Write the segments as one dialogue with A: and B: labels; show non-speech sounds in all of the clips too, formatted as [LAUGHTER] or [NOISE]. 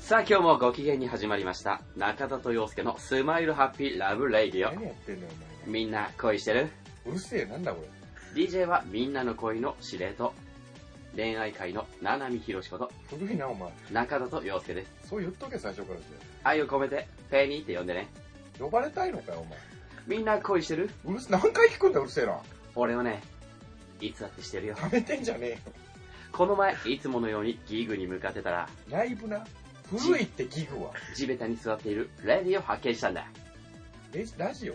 A: さあ今日もご機嫌に始まりました中田と陽介のスマイルハッピーラブレイディオ
B: 何やってんだよお
A: みんな恋してる
B: 前うるせえなんだこれ
A: DJ はみんなの恋の司令塔恋愛界の七海博こと
B: 古いなお前
A: 中田と陽介です
B: そう言っとけ最初からじ
A: 愛を込めてペニーって呼んでね
B: ゃ呼ばれたいのかよお前
A: みんな恋してる
B: うるせ何回聞くんだうるせえな
A: 俺はねいつだってしてるよ
B: やめてんじゃねえよ
A: この前いつものようにギグに向かってたら
B: ライブな古いってギグは
A: 地べたに座っているレディを発見したんだ
B: レジラジオ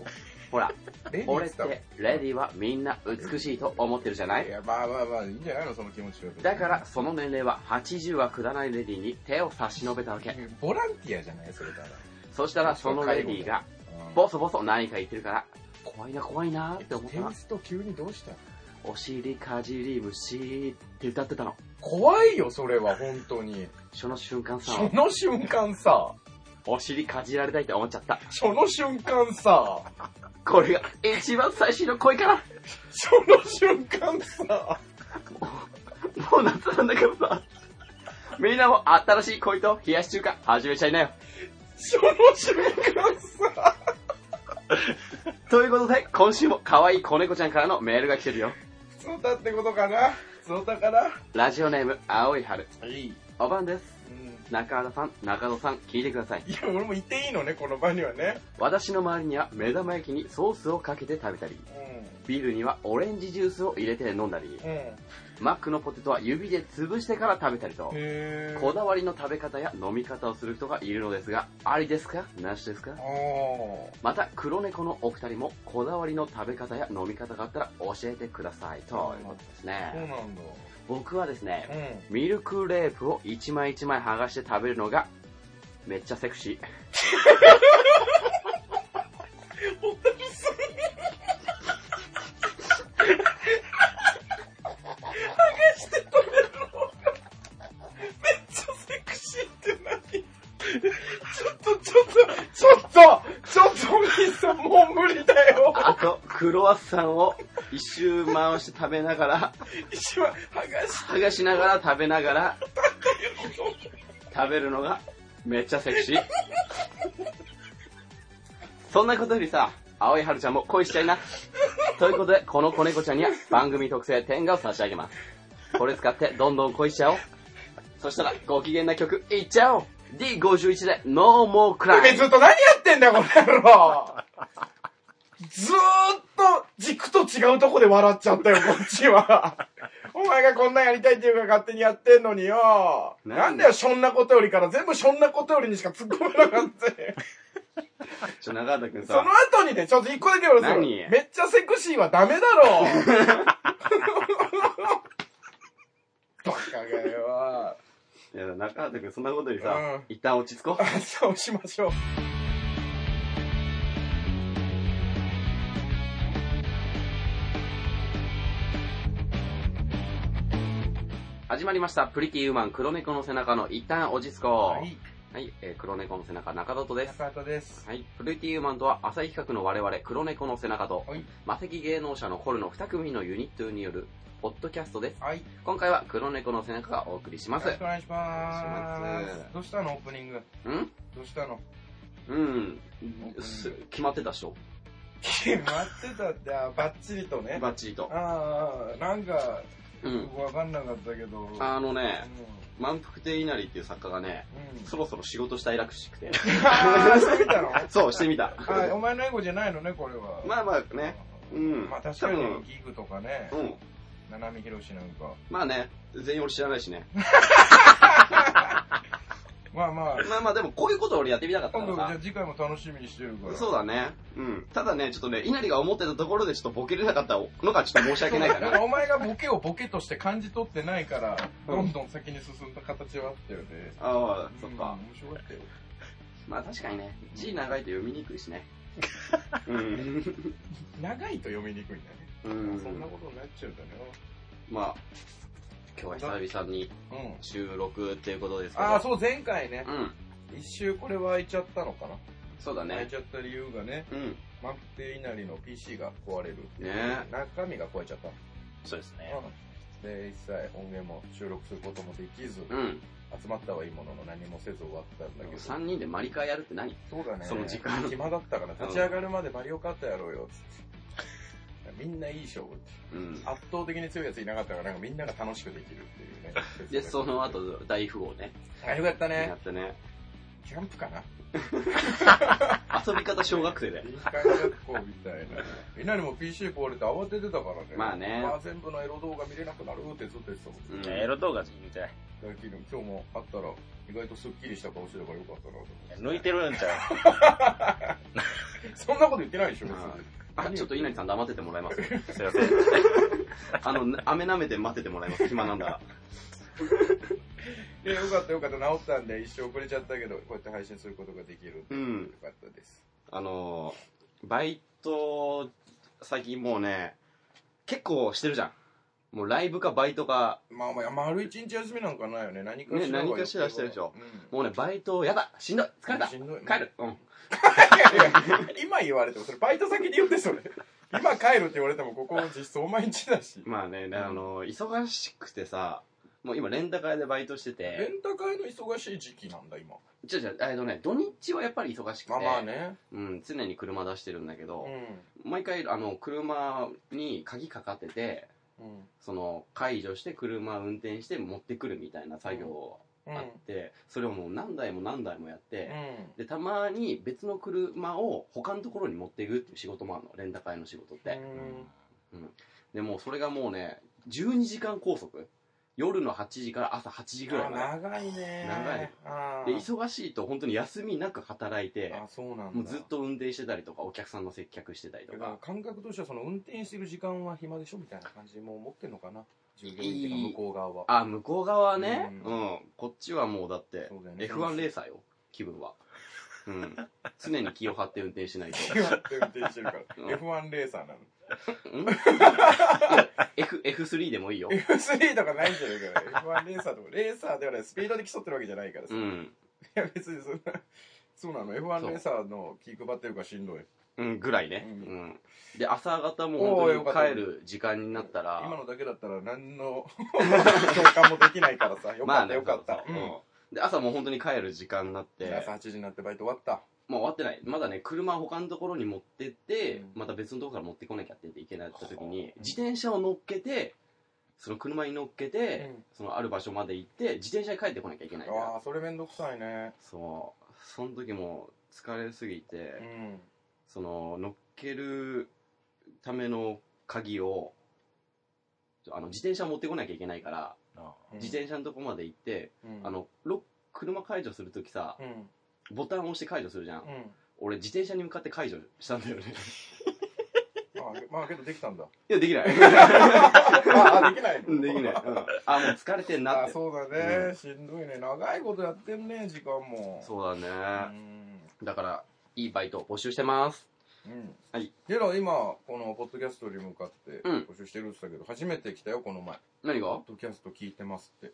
A: ほら
B: レディ
A: [LAUGHS] 俺
B: ー
A: っ
B: つったもん
A: てレディはみんな美しいと思ってるじゃない
B: いやまあまあまあいいんじゃないのその気持ちは
A: だからその年齢は80は下らないレディに手を差し伸べたわけ
B: ボランティアじゃないそれただ
A: そしたらそのレディが
B: うん
A: ボソボソ何か言ってるから怖いな怖いなって思っ
B: テ
A: たら
B: ニスと急にどうしたの
A: お尻かじり虫って歌ってたの
B: 怖いよそれは本当に
A: その瞬間さ
B: その瞬間さ
A: お尻かじられたいって思っちゃった
B: その瞬間さ
A: これが一番最新の恋かな
B: その瞬間さ
A: もう夏なんだけどさみんなも新しい恋と冷やし中華始めちゃいなよ
B: その瞬間さ
A: ということで今週も可愛い子猫ちゃんからのメールが来てるよ
B: そうだってことかなそうだから
A: ラジオネーム青い春
B: いい、
A: おばんです
B: うん、
A: 中原さん中野さん聞いてください
B: いや俺もいていいのねこの場にはね
A: 私の周りには目玉焼きにソースをかけて食べたりビールにはオレンジジュースを入れて飲んだり
B: うんうんへ
A: マックのポテトは指で潰してから食べたりと
B: え
A: こだわりの食べ方や飲み方をする人がいるのですがありですかなしですか
B: お
A: また黒猫のお二人もこだわりの食べ方や飲み方があったら教えてくださいということです
B: ーそう
A: ね
B: なんだ
A: 僕はですね
B: うん
A: ミルクレープを一枚一枚剥がして食べるのがめっちゃセクシー
B: ちょセクシーって何ちょっとちょっとちょっとちょっとお兄さんもう無理だよ
A: あと、クロワッサンを一周回して食べながら、
B: 一番剥がし
A: 剥がしながら食べながら、食べるのがめっちゃセクシー。そんなことよりさ、青い春ちゃんも恋しちゃいな。ということで、この子猫ちゃんには番組特製天下を差し上げます。これ使ってどんどん恋しちゃおう。そしたら、ご機嫌な曲いっちゃおう !D51 で No More
B: てめえ
A: Cry!
B: ずっと何やってんだよこの野郎ずーっと軸と違うとこで笑っちゃったよこっちはお前がこんなんやりたいっていうから勝手にやってんのによ
A: なんで
B: なんだよそんなことよりから全部そんなことよりにしか突っ込めなかったよ
A: ちょ、中畑くん
B: その
A: さ、
B: 後にねちょっと一個だけ俺それ
A: 何
B: めっちゃセクシーはダメだろバカがよ
A: いや中畑くんそんなことよりさ
B: うん、
A: 一旦落ち着こう。
B: あそうしましょう
A: 始まりました。プリティウーマン黒猫の背中の一旦落ち着こう。はい、えー黒猫の背中中里です。
B: 中田です
A: はい、プリティウーマンとは朝日企画の我々黒猫の背中と
B: はい
A: 魔石芸能者のコルの2組のユニットによるポッドキャストです。
B: はい
A: 今回は黒猫の背中がお送りします
B: よろし。くお願いしま
A: お願いし
B: す
A: ます
B: どうしたのオープニング
A: ん
B: どうしたの
A: うん。す決まってたっしょ
B: 決まってたってあバッチリとね
A: バッチリと。
B: ああなんか、
A: うん。
B: 分かんなかったけど
A: あの
B: うん
A: ね、満腹亭稲荷っていう作家がね、
B: うん
A: そろそろ仕事したいらしくて。
B: ああそう見たの
A: [LAUGHS] そう、してみた。
B: あお前のエゴじゃないのねこれは
A: まあまあね、うん。
B: まあ確かに
A: 多分
B: ギグとかね
A: うん。
B: 七海博士なんか
A: まあね、全員俺知らないしね。
B: まあまあ
A: まあまあでもこういうことを俺やってみたかった
B: 今
A: か
B: 度じゃ
A: ら
B: あ次回も楽しみにしてるから
A: さ。そう
B: う
A: だね。うん。ただね、ちょっとね、稲荷が思ってたところでちょっとボケれなかったのがちょっと申し訳ないか。
B: [LAUGHS] だかららお前がボケをボケとして感じ取ってないからどんどん先に進んだ形はあったよね
A: ああ、そっ
B: う
A: か
B: ん。面白かったよ
A: まあ確かにね、字長いと読みにくいしね。うん。
B: 長いと読みにくいんだね、 [LAUGHS]
A: うん
B: そんなことになっちゃうんだ
A: まあ、今日は久々に
B: ね
A: 収録っていうことです
B: うん
A: けど。
B: ああそう前回ね
A: うん。
B: 一周これは空いちゃったのかな、
A: そうだ
B: 空い
A: ね。
B: ちゃった理由がね
A: うん。
B: マッテイナリの PC が壊れるっていう
A: ね
B: 中身が壊れちゃった
A: そうですね。
B: うんで一切音源も収録することもできず、
A: うん。
B: 集まったはいいものの何もせず終わったんだけど。
A: 3人でマリカーやるって何
B: そうだね。
A: その時間
B: 暇だったから、立ち上がるまでマリオカートやろうよ、つって。みんないい勝負って。
A: うん。
B: 圧倒的に強いやついなかったから、なんかみんなが楽しくできるっていうね。
A: [LAUGHS] で、その。後、大富豪ね。
B: あ、よかった
A: や
B: ね
A: っ。てね。
B: キャンプかな
A: 遊び方小学生だよね。
B: 臨海学校みたい
A: [LAUGHS]
B: な。みんなにも PC 壊れて慌ててたからね。
A: まあね
B: まあ全部のエロ動画見れなくなるってずっと言ってたもん。
A: うん
C: エロ動画見たい。
B: だけど今日もあったら、意外とスッキリした顔してたからよかったなと思って。
C: 抜いてるんちゃう
B: そんなこと言ってないでしょ、別に
A: ああ、ちょっと稲荷さん黙っててもらえます
C: すいません。
A: [LAUGHS] あの、飴舐めて待っててもらいます。暇なんだ [LAUGHS] ら。
B: いや、よかったよかった。治ったんで、一生遅れちゃったけど、こうやって配信することができる。
A: うん
B: よかったです。
A: あのー、バイト先もうね、結構してるじゃん。もうライブかバイトか、
B: まあまあ、丸一日休みなんかないよね。何かしらは、
A: ね何かしらしてるでしょ。
B: うん、
A: もうね、バイト、やだしんどい疲れた
B: しんどい
A: 帰るうん。
B: 今言われても、それバイト先に言って、それ。今帰るって言われても、ここ実質お前んちだし。
A: まあね、
B: ん
A: あのー、忙しくてさ、もう今レンタカーでバイトして
B: レ
A: て、
B: ンタカーの忙しい時期なんだ、今。
A: ちょちょ、えっとね、土日はやっぱり忙しくて、
B: まあまあね。
A: うん、常に車出してるんだけ
B: う
A: ど、
B: ん。
A: 毎回、あの、車に鍵かかってて、
B: うん。
A: その、解除して車運転して持ってくるみたいな作業を
B: うん。
A: あって、それをもう何台も何台もやって、
B: うん
A: でたまに別の車を他のところに持っていくっていう仕事もあるのレンタカーの仕事って、
B: うん
A: でもうそれがもうね12時間拘束夜の8時から朝8時ぐらいま
B: あ長いね。
A: 長い
B: あ
A: でで忙しいと本当に休みなく働いて
B: あ、そうなんだ。
A: もうずっと運転してたりとかお客さんの接客してたりと
B: だから
A: か
B: 感覚としてはその運転してる時間は暇でしょみたいな感じも思ってんのかな従業員っていうか向こう側は
A: あ向こう側はね
B: う
A: うんん、こっちはもうだって
B: そうだよね
A: F1 レーサーよ気分はうん常に気を張って運転しないと
B: F1 って運転してるから
A: うん
B: F1 レーサーなの
A: うん [LAUGHS] F F3 でもいいよ
B: F3 とかないんじゃないから F1 レーサーとかレーサーではないスピードで競ってるわけじゃないからさ、
A: う
B: い
A: ん、
B: や別にそんなそうなの F1 レーサーの気配ってるからしんどい
A: うん、ぐらいね、
B: う
A: うんで朝方も
B: おーよ
A: 本
B: かっ
A: 当に
B: た
A: 帰る時間になったら
B: 今のだけだったら何の [LAUGHS] 共感もできないからさよかったよかった、
A: まあねそうそ
B: う
A: うんうんで朝もう本当に帰る時間になって
B: 朝8時になってバイト終わった
A: まあ終わってないまだね車を他のところに持ってって、
B: うん
A: また別のところから持ってこなきゃっていけないった時
B: は
A: に
B: あ
A: 自転車を乗っけてその車に乗っけて、
B: うん
A: そのある場所まで行って自転車で帰ってこなきゃいけないから
B: ああそれめんどくさいね
A: そうその時も疲れすぎて、
B: うん
A: その乗っけるための鍵をあの自転車持ってこなきゃいけないから自転車のとこまで行って、
B: うん
A: あのロ車解除するときさ
B: うん
A: ボタン押して解除するじゃん、
B: うん
A: 俺自転車に向かって解除したんだよね
B: ああまあけどできたんだ
A: [LAUGHS] いやでき [LAUGHS] ない
B: あ [LAUGHS] あできない
A: うんできない、うん、あもう疲れてんなっ
B: あ
A: てそう
B: そうだね、しんどいね長いことやってんね時間もう
A: だね、
B: ん
A: だからいいバイト募集してます
B: うん
A: はい
B: でら今このポッドキャストに向かって
A: うん
B: 募集してるって言ってたけど、初めて来たよこの前
A: 何
B: ポ
A: が
B: ッドキャスト聞いてますって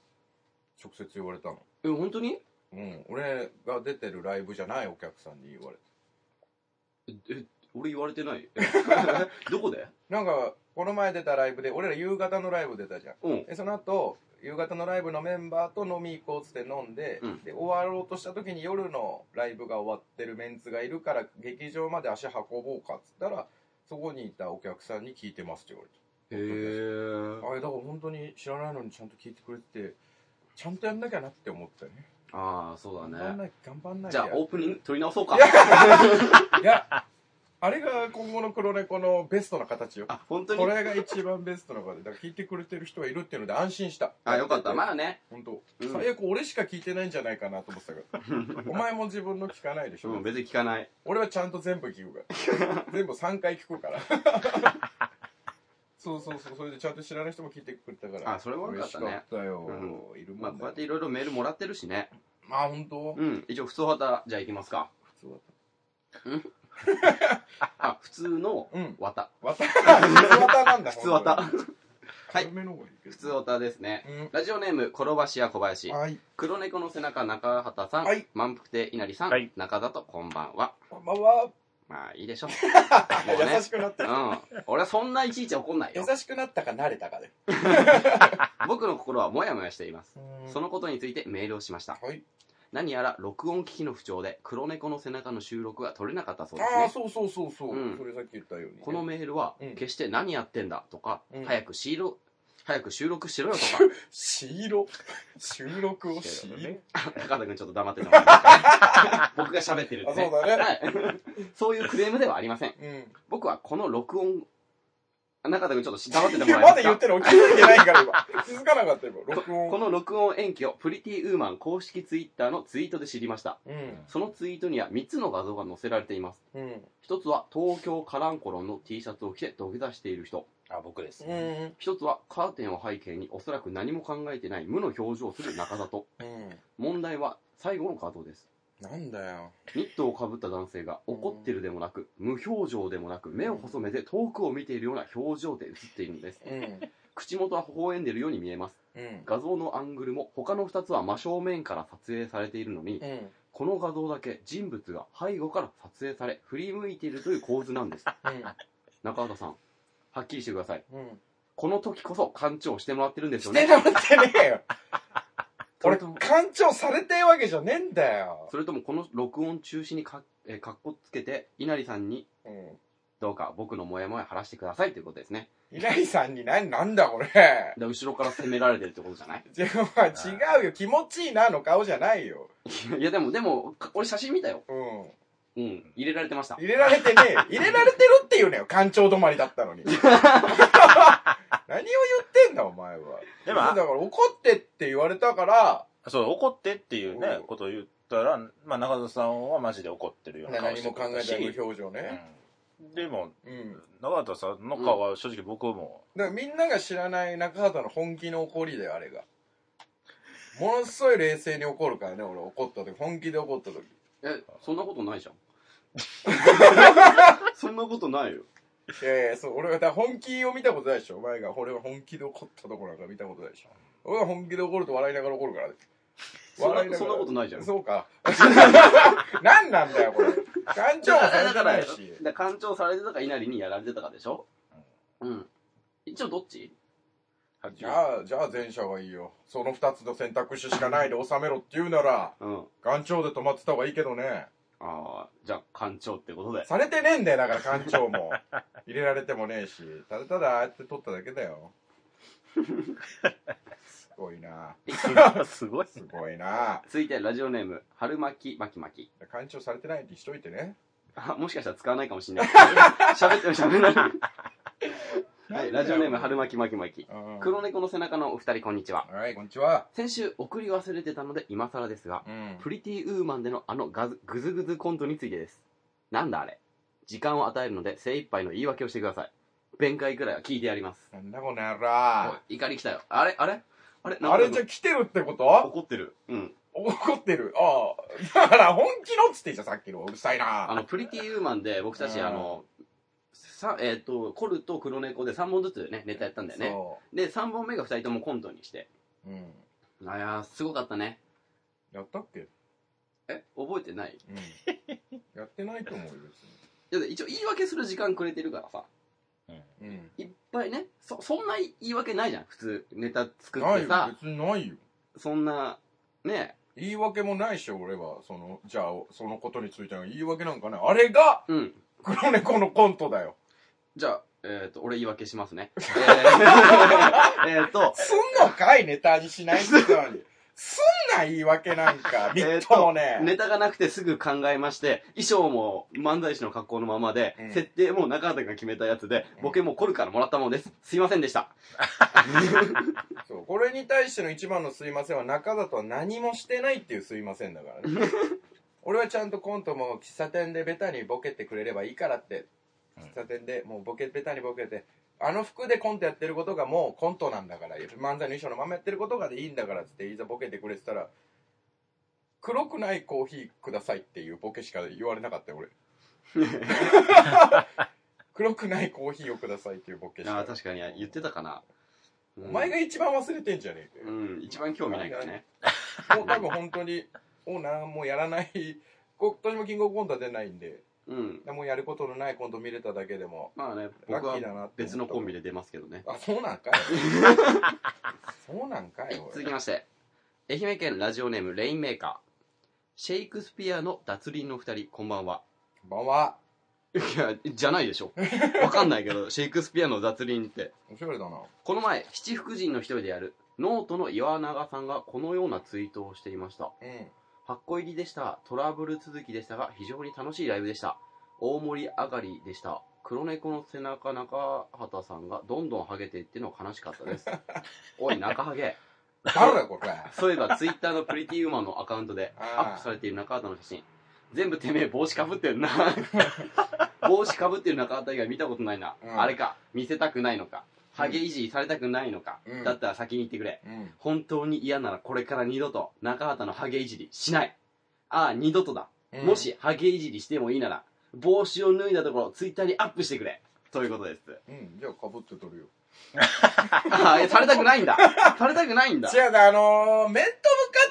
B: 直接言われたの
A: え本当に
B: うん俺が出てるライブじゃないお客さんに言われた
A: ええ俺言われてない
B: [LAUGHS]
A: [LAUGHS] どこで
B: なんかこの前出たライブで俺ら夕方のライブ出たじゃん
A: うん
B: でその後夕方のライブのメンバーと飲み行こうっつって飲んで、
A: うん
B: で終わろうとした時に夜のライブが終わってるメンツがいるから劇場まで足運ぼうかっつったらそこにいたお客さんに聞いてますって言わ
A: へえ
B: れてあれだから本当に知らないのにちゃんと聞いてくれててちゃんとやんなきゃなって思ったよね
A: ああそう
B: 頑張
A: だ
B: ん
A: ね
B: ない頑張んない
A: じゃあオープニング取り直そうか
B: いやあれが今後の黒猫のベストな形よ
A: あ本当
B: こ
A: に
B: れが一番ベストな形だから聞いてくれてる人がいるっていうので安心した
A: あよかったまあね
B: 本当、
A: うん
B: 最悪俺しか聞いてないんじゃないかなと思ってたから
A: [LAUGHS]
B: お前も自分の聞かないでしょ、
A: うん別に聞かない
B: 俺はちゃんと全部聞くから
A: [LAUGHS]
B: 全部3回聞くからそうそうそうそれでちゃんと知らない人も聞いてくれたから
A: あそれはよかったね
B: 嬉しかったよ、いる
A: まあ
B: も
A: こ
B: んね
A: うやっていろいろメールもらってるしね
B: まあ本当、
A: うん一応普通旗じゃあいきますか
B: 普通だっ
A: あ普通の
B: たうん
A: 綿
B: 綿普通綿なんだ
A: 普通綿
B: 本当に
A: はい
B: 軽めの方がいいけ
A: [LAUGHS]
B: ど
A: 普通綿ですね
B: うん
A: ラジオネーム転ばし屋小林
B: はい
A: 黒猫の背中中畑さん、
B: はい
A: 満腹亭稲荷さん、
C: はい
A: 中田とこんばんは
B: こんばんは
A: まあいいで
B: [LAUGHS]
A: しょ。もうね
B: 優しくなっ
A: う
B: た。
A: ん。俺はそんないちいち怒んないよ。
B: 優しくなったか慣れたかで。
A: [LAUGHS] 僕の心はもやもやしています。そ
B: の、
A: のことについてメールをしました。
B: はい。
A: 何やら録音機器の不調で黒猫の背中の収録が取れなかったそうです
B: ああ、
A: ね。
B: そうそうそうそう。
A: うん
B: それさっき言ったようにね。
A: このメールは
B: うん
A: 決して何やってんだとか、
B: うん
A: 早くシーロ早く収録しろよとか、
B: シーロ。収録をシ
C: シーロ
B: ー
C: ね
B: [LAUGHS]
A: 高田君ちょっと黙っててもらえますか僕が喋ってるん
B: ロ。あ、
A: で
B: そ
A: ね
B: うだね。
A: はい、そういうクレームではありません
B: うん。
A: 僕はこの録音中田君ちょっと黙っててもらえま
B: ますだ
A: か
B: 言ってるの気づいてないから今。気づかなかったよ、今録
A: こ
B: 音。
A: の録音延期をプリティウーマン公式ツイッターのツイートで知りました
B: うん。
A: そのツイートには3つの画像が載せられています
B: うん。
A: 一つは東京カランコロンの T シャツを着て土下座している人
C: あ、僕です
B: う
C: ね。
B: ん。
A: 一つはカーテンを背景におそらく何も考えてない無の表情をする中里
B: うん。
A: 問題は最後の画像です
B: なんだよ。
A: ニットをかぶった男性が怒ってるでもなく無表情でもなく目を細めて遠くを見ているような表情で写っているのです
B: うん。
A: 口元は微笑んでいるように見えます
B: うん。
A: 画像のアングルも他の2つは真正面から撮影されているのに
B: うん。
A: この画像だけ人物が背後から撮影され振り向いているという構図なんです中畑さんはっきりしてください
B: うん。
A: この時こそ勘調してもらってるんです
B: し
A: よ
B: て
A: ね
B: なかったねえよ。
A: そ
B: 俺、
A: れとも
B: 干潮されてるわけじゃねえんだよ。
A: それともこの録音中止にか,、えー、かっこつけて稲荷さんに
B: うん。
A: どうか僕のモヤモヤ晴らしてくださいということですね
B: イライさんに何、なんだこれ。
A: で後ろから攻められてるってことじゃない
B: 違う違うよ。気持ちいいなの顔じゃないよ。
A: [LAUGHS] いやでもでもか俺写真見たよ
B: うん。
A: うん入れられてました
B: 入れられてねえよ。入れられてるって言うねよ。干潮止まりだったのに。何 [LAUGHS] を言ってんだお前は。
C: で
B: だか
C: も、
B: ら怒ってって言われたから、
C: [LAUGHS] そう、怒ってっていうね
B: う、ん
C: ことを言ったら、まあ、中田さんはマジで怒ってるような顔
B: 何
C: して
B: も考
C: くれた
B: え
C: し。
B: てない表情ね。
C: うんでも、
B: うん。
C: 中田さんの顔は正直僕も、
B: だからみんなが知らない中畑の本気の怒りだよ、あれが。ものすごい冷静に怒るからね、俺怒った時。本気で怒った時。
A: えそんなこと [LAUGHS] ないじゃんそんなことないよ
B: いやいや、そう、俺が、だから本気を見たことないでしょ、お前が。俺が本気で怒ったとこなんか見たことないでしょ。俺が本気で怒ると笑いながら怒るからね。
A: そんな
B: 笑いが
A: そん
B: ら
A: なことないじゃん
B: そうか。 [LAUGHS] 何なんだよ、これ。感情も
A: だから
B: され
A: だ
B: て
A: か
B: な
A: ら
B: いし。
A: だから干潮されてたか稲荷にやられてたかでしょうん一応どっち
B: じゃあ、じゃあ前者がいいよ。その二つの選択肢しかないで収めろって言うなら、
A: うん
B: 眼長で止まってた方がいいけどね。
A: ああじゃあ干潮ってことで
B: されてねえんだよ、だから館長も。入れられてもねえし。ただただああやって取っただけだよ。すごいな。
C: すごいっす
B: [LAUGHS] す
C: ね。
B: ごいな。
A: 続いてラジオネーム春巻き巻き巻き
B: 館長されてないってしといてね。
A: あもしかしたら使わないかもしれない。喋っても喋らない。はい、ラジオネーム、春巻き巻き巻き。
B: うん
A: 黒猫の背中のお二人、こんにちは。
B: はい、こんにちは。
A: 先週、送り忘れてたので、今更ですが、
B: うん。
A: プリティウーマンでのあのガズグズグズコントについてです。なんだあれ。時間を与えるので、精一杯の言い訳をしてください。弁解くらいは聞いてやります。
B: なんだこの野
A: お
B: 郎。
A: い怒り来たよ。あれあれあれ
B: あれじゃ
A: ゃ
B: 来てるってこと
A: 怒ってる。うん。
B: 怒ってる。ああ。だから本気のっつってんじゃん、さっきの。うるさい
A: あ
B: な。
A: の、プリティウーマンで、僕たち、
B: うん
A: あの、さえっ、と、コルと黒猫で3本ずつね、ネタやったんだよね。
B: そ
A: で、3本目が2人ともコントにして。
B: う。うん。
A: あやー、すごかったね。
B: やったっけ
A: え、覚えてない
B: うん。
A: [LAUGHS]
B: やってないと思う
A: い
B: よ、
A: や一応言い訳する時間くれてるからさ。
B: 別に。うん。
A: いっぱいね、そ、そんな言い訳ないじゃん。普通、ネタ作っ
B: ない
A: て
B: よ
A: さ、、
B: 別にないよ。
A: そんな、ね、
B: 言い訳もないし、俺は、その、じゃあ、そのことについての言い訳なんかね、あれが、
A: うん。
B: 黒猫のコントだよ。
A: じゃあ、えっ、と、俺言い訳します
B: [LAUGHS]
A: ね。えーえーと、
B: すんのかい、ネタにしないってのに。すんな、言い訳なんか、みっともね。
A: [LAUGHS] ネタがなくてすぐ考えまして、衣装も漫才師の格好のままで、
B: うん
A: 設定も中畑が決めたやつで
B: う、ん
A: ボケもコルからもらったものです。すいませんでした。
B: そう、これに対しての一番のすいませんは、中里は何もしてないっていうすいませんだからね。俺はちゃんとコントも喫茶店でベタにボケてくれればいいからって、
C: うん
B: 喫茶店でもうボケ、ベタにボケて、あの服でコントやってることがもうコントなんだから、漫才の衣装のままやってることがでいいんだからっつって、いざボケてくれてたら、黒くないコーヒーくださいっていうボケしか言われなかったよ、俺。黒くないコーヒーをくださいっていうボケし
A: あ
B: か
A: ー。確かに言ってたかな。うん
B: お前が一番忘れてんじゃねえかよ。
A: うん、一番興味ないからね。
B: [LAUGHS] もう多分本当に、もう何もやらない、今年もキングオブコントは出ないんで、
A: うん。
B: でもやることのないコント見れただけでも
A: まあね、
B: ラ
A: 僕
B: ッ
A: は
B: キーだなって
A: 別のコンビ
B: で
A: で出ますけどね。
B: あそうなんかい [LAUGHS] そうなんかい
A: 続
B: 俺
A: きまして、愛媛県ラジオネームレインメーカー。シェイクスピアの脱輪の二人、こんばんは。
B: こんばんはい
A: や、じゃないでしょ。わかんないけ
B: [LAUGHS]
A: ど、シェイクスピアの脱輪って。
B: おしゃれだな
A: この前、七福神の一人である、ノートの岩永さんがこのようなツイートをしていました。
B: うん
A: 8個入りでした。トラブル続きでしたが、非常に楽しいライブでした。大盛り上がりでした。黒猫の背中中畑さんがどんどんハゲていっての悲しかった
B: [LAUGHS]
A: です。おい、中ハゲ。
B: 誰だこれ
A: そういえば、ツイッターのプリティウーマンのアカウントで
B: あー
A: アップされている中畑の写真。全部てめえ帽子かぶって
B: [LAUGHS]
A: るな。帽子かぶってる中畑以外見たことないな。
B: うん
A: あれか、見せたくないのか。ハゲ維持されたくないのか。
B: うん
A: だったら先に行ってくれ。
B: うん
A: 本当に嫌ならこれから二度と中畑のハゲいじりしない。ああ、二度とだ。
B: うん
A: もしハゲいじりしてもいいなら、帽子を脱いだところツイッターにアップしてくれ。ということ
B: [LAUGHS]
A: です。
B: うんじゃあかぶってとるよ
A: ああ、されたくないんだ。されたくないんだ。
B: 違うなあのー面と向か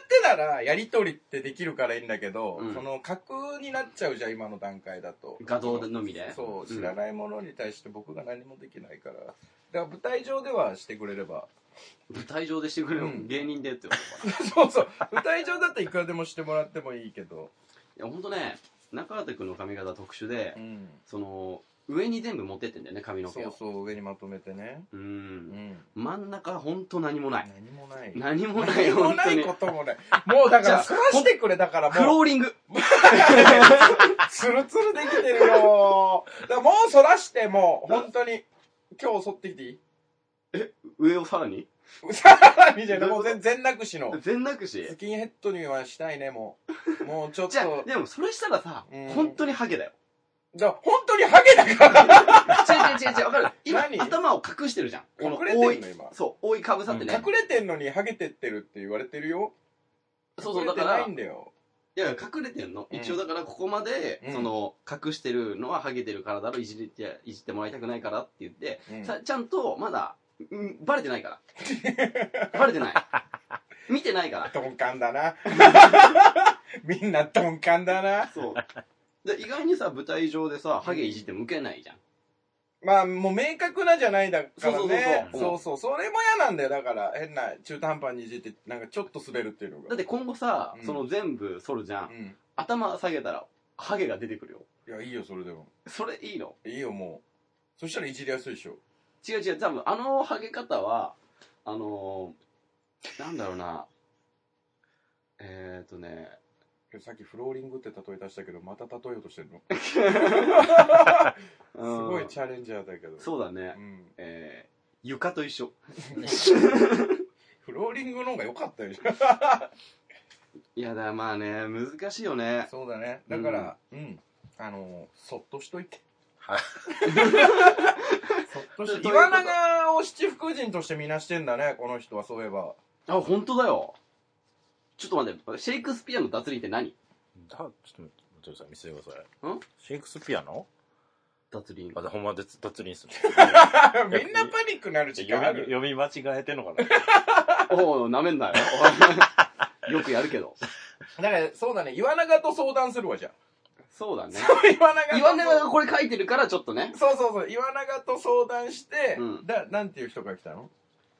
B: ってならやりとりってできるからいいんだけど、
A: うん
B: その架空になっちゃうじゃん今の段階だと
A: 画像のみで。
B: そう
A: うん
B: 知らないものに対して僕が何もできないからだから舞台上ではしてくれれば [LAUGHS]
A: 舞台上でしてくれる
B: うん
A: 芸人でってことかな。い
B: そうそう舞台上だったらいくらでもしてもらってもいいけど
A: や、ほんとね、中畑くんの髪型特殊で
B: う、ん
A: その、上に全部持ってってんだよね、髪の
B: そ
A: 毛
B: う
A: を。
B: そう上にまとめてね
A: う。
B: うんん
A: 真ん中ほんと何もない。
B: 何もない
A: 何もない、
B: 何も
A: 本
B: な
A: 当
B: い
A: に
B: こ。ともないもうだから
A: じ
B: すらしてくれだから
A: フ
B: もう
A: ローリング。
B: [LAUGHS] ツルツルできてるよだからもうそらしてもう本当に今日襲ってきていい [LAUGHS]
A: 上をさらに
B: さらにじゃないもう全全なくしの
A: 全なくし。
B: スキンヘッドにはしたいねもうもうちょっ
A: じ
B: と
A: ゃあ、でもそれしたらさ
B: うん、
A: 本当にハゲだよ。
B: じゃあ本当にハゲだから
A: 違う違う違う違う、わかる。今、
B: 何
A: 頭を隠してるじゃん。この
B: 隠れ
A: 覆
B: て
A: い
B: んの。今
A: そう、覆いかぶさってね。
B: 隠れてんのにハゲてってるって言われてるよ
A: そうそう、だ
B: 隠れ
A: か
B: てな
A: ら、
B: い
A: い
B: んだよ
A: や、隠れてんの。
B: うん
A: 一応だから、ここまで
B: う、ん
A: その、隠してるのはハゲてるからだろ、いじって、いじってもらいたくないからって言って、
B: うん
A: さちゃんと、まだ、うんバレてないから。 [LAUGHS] バレてない。見てないから。
B: 鈍感だ
A: [LAUGHS]
B: なみんな鈍感だな
A: そう。で意外にさ、舞台上でさ、ハゲいじっても受けないじゃん。
B: まあもう明確なじゃないだからね
A: そうそうそうそう
B: そうそうそれも嫌なんだよだから変な中途半端にいじってなんかちょっと滑るっていうの
A: だっ
B: が
A: て今後さ
B: う、ん
A: その全部剃るじゃ。
B: うんん
A: 頭下げたら、ハゲが出てくるよ。
B: いやいいよそれでも
A: それいいの
B: いいよもうそしたらいじりやすいでしょ
A: 違う違う、多分あのハゲ方は、あのー、なんだろうな、えーとね、
B: けどさっきフローリングって例え出したけどまた例えようとしてるの
A: す
B: すごいチャレンジャーだけど
A: そうだね
B: う、ん
A: えー、床と一緒。
B: フローリングの方が良かったよ
A: いやだ、まあね、難しいよね。
B: [LAUGHS] そうだね。だから、うん。あの、そっとしといて。
C: はい
B: [LAUGHS] そっとし
A: ど
B: と
A: ういうこと
B: 岩永を七福神としてみなしてんだね、この人は、そういえば。
A: あ、本当だよ。ちょっと待って、シェイクスピアの脱輪って何
C: だちょっと待ってください、見せてください。
A: ん
C: シェイクスピアの
A: 脱輪。
C: あ、ほんまで脱輪する。
B: [LAUGHS] み
C: [LAUGHS]
B: んなパニックになる時
C: 読
B: 間あ
C: み、
B: る。
C: 読み間違えてんのかな
A: おお、なめんなよ。 [LAUGHS] おいよくやるけど。
B: だから、そうだね、岩永と相談するわ、じゃ
A: そうだね。
B: あ。 [LAUGHS] 岩永と。
A: 岩永がこれ書いてるから、ちょっとね。
B: そうそうそう、岩永と相談して、
A: うん
B: だ、なんていう人が来たの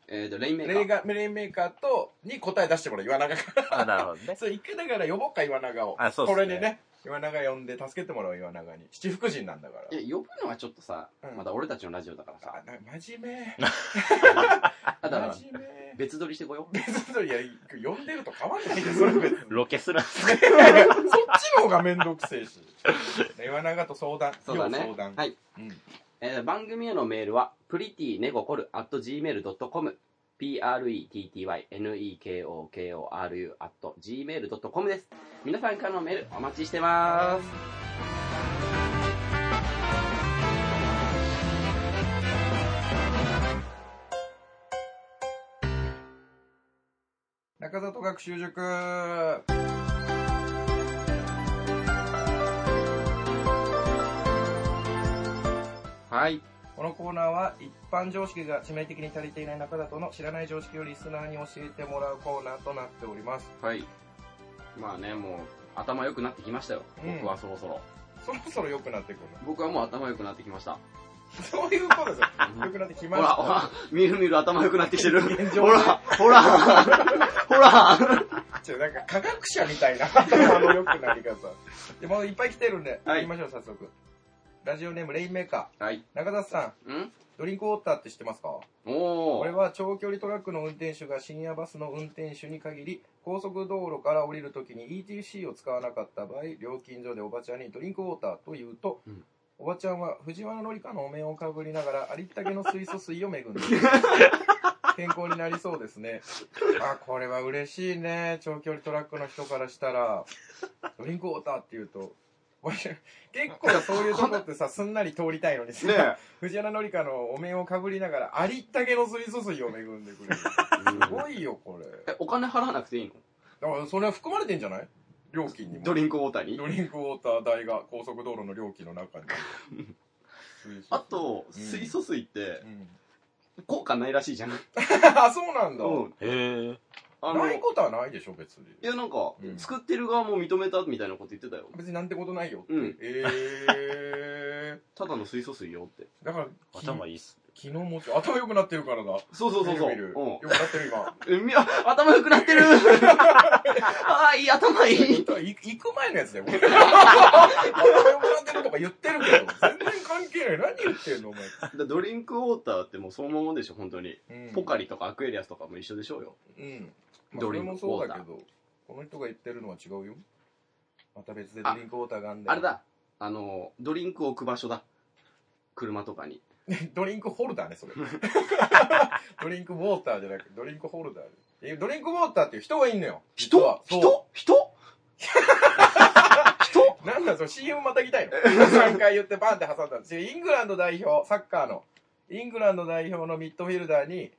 A: えーと、レインメーカ
B: レイ
A: ー。
B: ガレインメーカーと、に答え出してもらう、岩永から。
C: [LAUGHS] あ、なるほど
B: [LAUGHS]
C: ね。
B: そう、一回だから呼ぼうか、岩永を。
C: あそうっすね
B: これでね、岩永呼んで助けてもらおう、岩永に。七福神なんだから。
A: いや、呼ぶのはちょっとさ
B: う、ん
A: まだ俺たちのラジオだからさ。
B: あ、な、真面目。
A: あ、だから、
B: 真面目。
A: 別撮りしてこよう。
B: 別のいや、呼んでると変わんないよ、それ別に。 [LAUGHS]
C: ロケする。
B: いやいやそっちの方がめんどくせえし。岩永と相談。
A: そうだ
B: 要
A: ね
B: 相談。。
A: はい。
B: うん。
A: えー番組へのメールは、prettynegokoru.gmail.com、prettynekokoru.gmail.com です。皆さんからのメールお待ちしてます。
B: 中里学習塾。は
A: はい。
B: このコーナーは一般常識が致命的に足りていない中里の知らない常識をリスナーに教えてもらうコーナーとなっております。
A: はい。まあね、もう、頭良くなってきましたよ。
B: うん
A: 僕はそろそろ。
B: そろそろ良くなって [LAUGHS] くるの
A: 僕はもう頭良くなってきました。
B: そういうことですよ良くなってき
A: ほ
B: ま
A: ら、
B: し
A: ほ
B: た
A: ら、 [LAUGHS] みるみる頭良くなってきてる。
B: 現状
A: ほら、ほら、ほら。
B: ちょなんか科学者みた
A: [LAUGHS]
B: いな頭の良くなり方でもういっぱい来てるんで、
A: はい
B: 行きましょう早速ラジオネームレインメーカ
A: はい。
B: ー中田さん
A: ん
B: ドリンクウォーターって知ってますか
A: お
B: これ
A: ー。
B: は長距離トラックの運転手が深夜バスの運転手に限り高速道路から降りるときに ETC を使わなかった場合料金所でおばちゃんにドリンクウォーターと言うと、
A: うん
B: おばちゃんは藤原紀香のお面をかぶりながらありったけの水素水を恵んでいる健康になりそうですねあこれは嬉しいね長距離トラックの人からしたらドリンクウォーターって言うと俺結構そういうとこってさすんなり通りたいのにさ、
C: ねえ
B: 藤原紀香のお面をかぶりながらありったけの水素水を恵んでくれるすごいよこれだ
A: え、お金払わなくていいの
B: からそれは含まれてんじゃない料金にも
A: ドリンクウォーターに
B: ドリンクウォーター代が高速道路の料金の中
A: [LAUGHS]
B: に水素
A: あと、
B: うん
A: 水素水って
B: うん [LAUGHS]
A: 効果ないらしいじゃん。
B: あそうなんだ、
A: うん。
C: へえ。
A: あの、
B: ないいことはないでしょ別に
A: やなんか
B: う、ん
A: 作ってる側も認めたみたいなこと言ってたよ。
B: 別になんてことないよ
A: [LAUGHS]
B: って、
A: うん
B: え
A: ただの水素水よって。
B: ー、だからき
C: 頭いいっす。
B: 昨日もちょ頭良くなってるからだ
A: そうそうそうそう。
B: 見る見る良くなってる今
A: うんえみ。 [LAUGHS] あ頭良くなって [LAUGHS] るあーいい、頭いい。
B: い行く前のやつだよ、これ。頭良くなってるとか言ってるけど、全然関係ない。何言ってんの、お前。
A: だからドリンクウォーターってもうそのままでしょ、本当に。
B: うん
A: ポカリとかアクエリアスとかも一緒でしょうよ。
B: うん。まあ、
A: ド
B: そ
A: リ
B: れ
A: ンク
B: もそうだけど、この人が言ってるのは違うよ。また別でドリンクウォーターがあんだよ。
A: あれ。だ、あの、ドリンク置く場所だ。車とかに。
B: [LAUGHS] ドリンクホルダー
A: [LAUGHS]
B: ね、それ。ドリンクウォーターじゃなくて、ドリンクホルダーで。えドリンクウォーターっていう人がいんのよ。実は
A: 人
B: そう
A: 人人
B: なんだそれ CM またぎたいの ?3 回言ってバンって挟んだんですよイングランド代表、サッカーの、イングランド代表のミッドフィルダーに、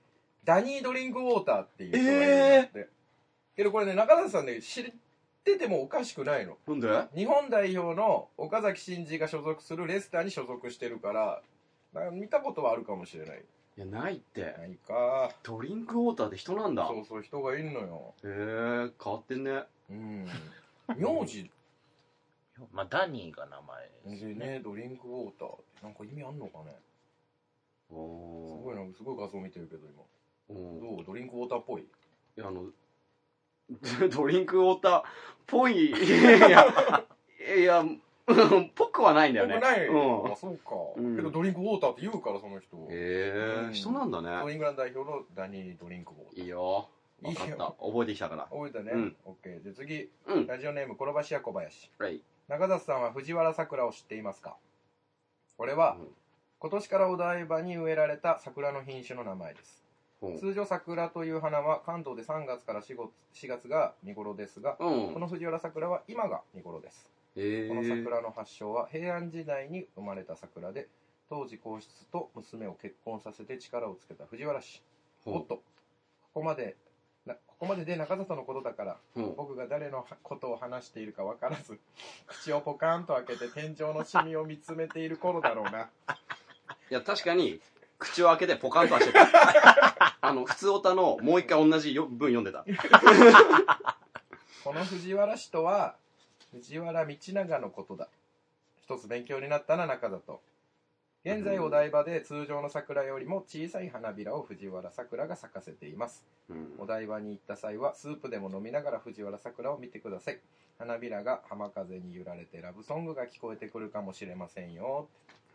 B: ダニードリンクウォーターっていう人がいるんだって。けどこれね、中田さんね、知っててもおかしくないの。
A: なんで
B: 日本代表の岡崎慎司が所属するレスターに所属してるから、なんか見たことはあるかもしれない。
A: いや、ないって。
B: ないか。
A: ドリンクウォーターって人なんだ。
B: そうそう、人がいるのよ。
A: へえ、変わってんね。
B: うん。名字
C: まあ、ダニーが名前です
B: で
C: よね。
B: ね、ドリンクウォーターってなんか意味あんのかね
A: お
B: す
A: お
B: ごいな、すごい画像見てるけど今。
A: ー。うん
B: どうドリンクウォーターっぽい
A: いや、あの、 [LAUGHS] ドリンクウォーターっぽい。い [LAUGHS] や、いやいや、 [LAUGHS] うんぽくはないんだよね。
B: 僕ない、
A: うん
B: あ、そうか、
A: うん
B: けどドリンクウォーターって言うから、その人。
A: へえ、
B: うん
A: 人なんだ
B: そう
A: ね。
B: イングランド代表のダニードリンクウォー
A: いいよ。
B: ター。
A: 分かっ
B: い
A: た。
B: いよ。
A: 覚えてきたから。
B: 覚えたね。
A: うん
B: オッケー。じゃあ次、
A: うん。
B: ラジオネーム、転ばし屋小林。
A: はい。
B: 中里さんは藤原さくらを知っていますかこれは、
A: うん
B: 今年からお台場に植えられた桜の品種の名前です。
A: うん。
B: 通常桜という花は関東で3月から4月 ,4 月が見頃ですが、こ
A: うん。
B: の藤原桜は今が見頃です。
A: へ
B: この
A: え。
B: 桜の発祥は平安時代に生まれた桜で当時皇室と娘を結婚させて力をつけた藤原氏おっ
A: ほ
B: とここまでなここまでで中里のことだから
A: う。ほ
B: 僕が誰のことを話しているか分からず口をポカーンと開けて天井のシミを見つめている頃だろうな
A: う。いや、確かに、口を開けてポカンとはしてた。
B: [LAUGHS]
A: あの、普通オタのもう一回同じよ文読んでた。
B: この藤原氏とは藤原道長のことだ一つ勉強になったな中里現在お台場で通常の桜よりも小さい花びらを藤原桜が咲かせています
A: うん
B: お台場に行った際はスープでも飲みながら藤原さくらを見てください花びらが浜風に揺られてラブソングが聞こえてくるかもしれませんよ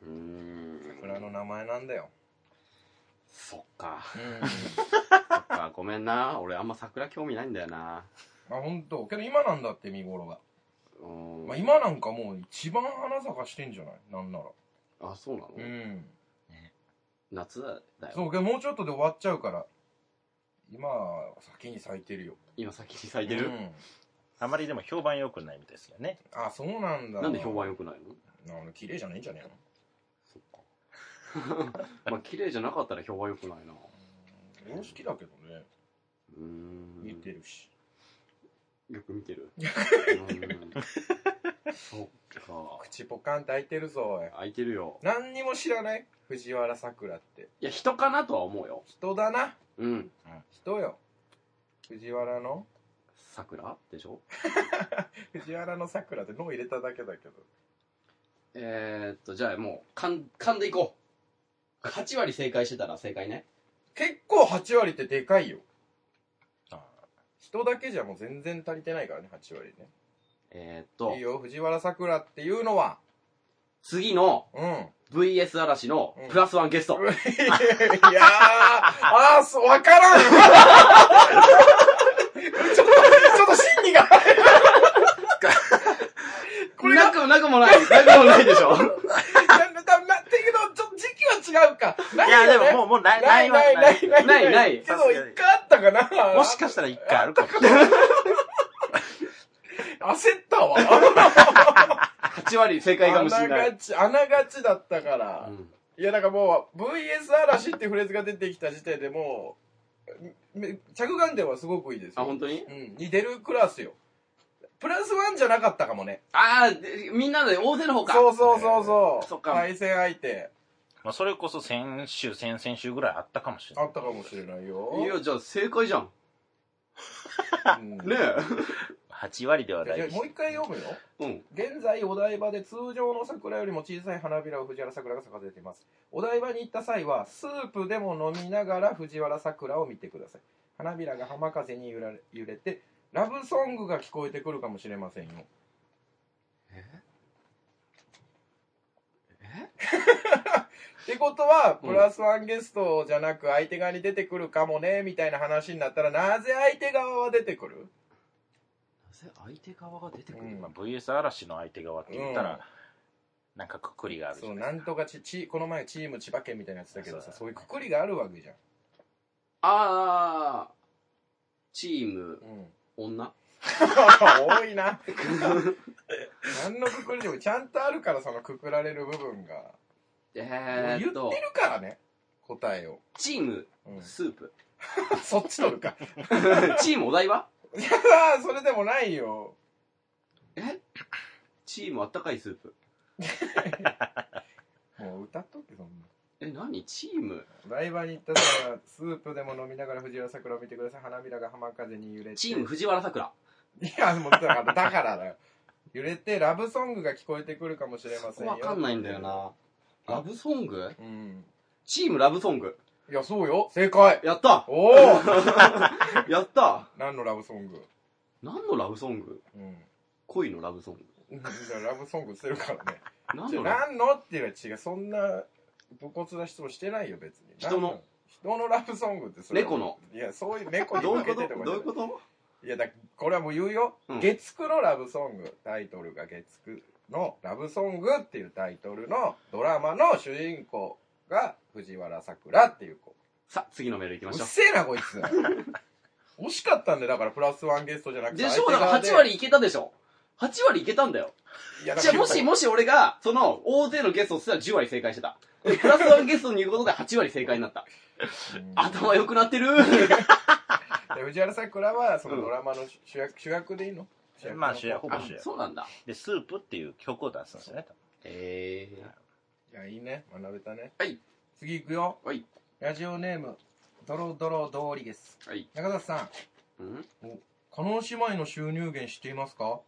A: うーん。
B: 桜の名前なんだよ、
A: そっか。
B: うん、
A: そっか、ごめんな。俺あんま桜興味ないんだよな。
B: [LAUGHS] あ本当けど今なんだって見頃が、
A: うん
B: まあ、。今なんかもう一番花咲かしてんじゃないなんなら
A: あ、そうなの
B: うん
A: 夏だよ。
B: そうけどもうちょっとで終わっちゃうから今先に咲いてるよ
A: 今先に咲いてる
B: う。ん
C: あまりでも評判良くないみたいですよね。
B: あそうなんだ
A: なんで評判良くないの
B: なんだ綺麗じゃないんじゃねえの
A: まあ、綺麗じゃなかったら評判良くないな。
B: 俺好きだけどね
A: うーん。
B: 見てるし
A: よく見て
B: [LAUGHS]
A: る。うんそっか。
B: 口ポカンって開いてるぞおい
A: 空いてるよ。
B: 何にも知らない藤原さくらって
A: いや、人かなとは思うよ。
B: 人だな
A: うん。
B: 人よ藤原の
A: 桜でしょ
B: 藤原のさくらって脳入れただけだけど
A: えー、っと、じゃあもう、かん、勘でいこう。8割正解してたら正解ね。
B: 結構8割ってでかいよ
C: あ
B: 人だけじゃもう全然足りてないからね8割ね
A: えー、っと
B: いい、よ藤原さくらっていうのは
A: 次の
C: [LAUGHS]
B: うんいや
A: VS 嵐のプラスワンゲスト。
B: ーあーそう分からんちょっとちょっと審議がこれが
A: なくもなくもない。なくもないでしょ。
B: なんだだだけどちょっと時期は違うかないい
C: や、で
B: よ、ね、
C: ももう、もうない、
B: ない
C: わ
B: ない
C: け
B: ないない
A: ないない
B: けど一回あったかな
C: もしかしたら一回あるかもしれない。
B: 焦ったわ
A: 8割正解かもしれ
B: 穴
A: な
B: が
A: い。
B: ち穴がちだったから、
A: うん
B: いや、なんかもう、VS 嵐ってフレーズが出てきた時点でもう、め着眼点はすごくいいです
A: あ、
B: よ。
A: 本当に
B: うん。に出るクラスよ。プラスワンじゃなかったかもね。
A: あーでみんなで大勢の方か。
B: そうそう
A: え
B: そう
A: ー
B: そ
A: そっ
B: う。
A: か
B: 対戦相手、
C: まあ、それこそ先週、先々週ぐらいあったかもしれな
B: あ
C: い。
B: ったかもしれないよ。
A: いや、じゃあ正解じゃん。
B: うん
A: ね
C: 8割ではない
B: じゃあ
C: です
B: もう一回読むよ。
A: え。うん。
B: 現在お台場で通常の桜よりも小さい花びらを藤原桜が咲かせていますお台場に行った際はスープでも飲みながら藤原桜を見てください花びらが浜風に揺られ揺れてラブソングが聞こえてくるかもしれませんよ
A: え
B: ってことは
A: うん
B: プラスワンゲストじゃなく相手側に出てくるかもねみたいな話になったらなぜ相手側は出てくる、
A: 相手側が出てく
B: う
A: る
B: ん
C: まあ、VS 嵐の相手側って言ったら、なんかくくりがあるじゃ
B: そう
C: ない
B: なんとかちちこの前チーム千葉県みたいなやつだけどさ
C: そ
B: そう
C: う
B: いう
C: だね
B: くくりがあるわけじゃん、
A: あー、チーム、
B: うん
A: 女。
B: 多いな何のくくりでもちゃんとあるからそのくくられる部分が、
A: えー
B: 言
A: っ
B: っ
A: と
B: て、るからね答えを、
A: チーム、
B: うん
A: スープ。
B: そっち取
A: [LAUGHS]
B: るか
A: チームお台場
B: いやーそれでもないよ
A: チームあったかいスープ。
B: もう歌っとってそんな
A: え、何チーム
B: お台場に行ったらスープでも飲みながら藤原桜を見てください花びらが浜風に揺れて
A: チーム藤原さくら。
B: いやもうだからだからだよ揺れてラブソングが聞こえてくるかもしれませんよ
A: わかんないんだよな。ラブソング
B: うん
A: チームラブソング。
B: いやそうよ正解
A: やった
B: おお
A: やった
B: 何のラブソング
A: 何のラブソング
B: うん
A: 恋のラブソング。
B: うんだからラブソングしてるからね
A: 何
B: じゃ
A: の
B: あ
A: ラ
B: 何のっていうのは違うそんな武骨な質問してないよ別に
A: 人の
B: 何人のラブソングってそれ
A: 猫の
B: いやそういう猫に
A: どういう
B: 向
A: こと
B: けてとかじ
A: ど
B: ゃ
A: うい
B: な
A: うこと
B: いいやだからこれはもう言うよ、
A: うん
B: 月9のラブソングタイトルが月9のラブソングっていうタイトルのドラマの主人公が藤原さくらっていう子
A: さあ、次のメール行き
B: う
A: ま
B: っ
A: しょう。
B: せえなこいつ惜しかったんでだからプラスワンゲストじゃなくて
A: でしょ
B: 相
A: だ
B: 手
A: か
B: 側
A: ら
B: で
A: 8割いけたでしょ ?8 割いけたんだよ。
B: いやだ
A: じ
B: か
A: ゃ
B: ら
A: あもし、もし俺が、その、大勢のゲストをしたら10割正解してた。でプラスワンゲストに言うことで8割正解になった。
B: うん
A: 頭良くなってる
B: で藤原さくらはその
A: うん
B: ドラマの主役、主役でいいのの
C: まあ主役
B: い
A: あ
C: 面白い、
A: そうなんだ。
C: で、スープっていう曲を出すんですよね。
A: え
B: やいいね学べたね
A: はい
B: 次行くよ
A: はい
B: ラジオネームドロドロ通りです
A: ー。はい。
B: 中田さん
A: うん
B: 加納姉妹の収入源知っていますか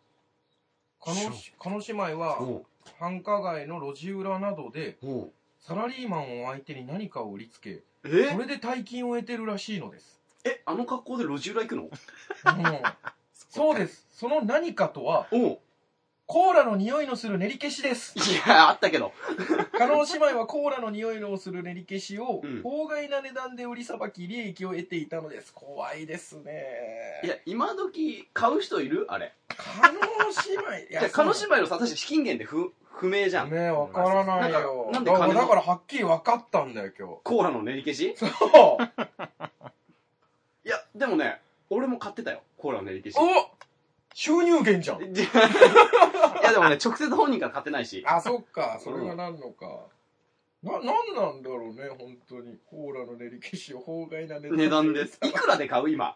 B: 加納
A: 知
B: 加納姉妹は
A: おう
B: 繁華街の路地裏などで
A: おう
B: サラリーマンを相手に何かを売りつけそ
A: え
B: れで大金を得てるらしいの
A: [LAUGHS]
B: です
A: え、あの格好で路地裏行くの
B: うんそうですその何かとは
A: おう
B: コーラの匂いのする練り消しです
A: いや、あったけど。 [LAUGHS]
B: 加納姉妹はコーラの匂いのする練り消しを
A: うん
B: 法外な値段で売りさばき利益を得ていたのです怖いですね
A: いや、今時買う人いるあれ。
B: 加納姉妹い
A: じゃあ、鹿児島のさ、確か資金源って不、不明じゃん。
B: ねえわからないよ
A: なんかなんで金
B: だから
A: の
B: だからはっきり分かったんだよ
A: [LAUGHS]
B: 今
A: コーラの練り消し
B: 日そう
A: いや、でもね、俺も買ってたよ。コーラの練り消し。
B: お収入源じゃ
A: [LAUGHS]
B: ん
A: いやいや、でもね、直接本人から買ってないし。
B: あそっかそれがなんのか、な、なんなんだろうね、本当に。コーラの練り消しを法外な値段
A: 値段
B: [LAUGHS]
A: です。いくらで買う今。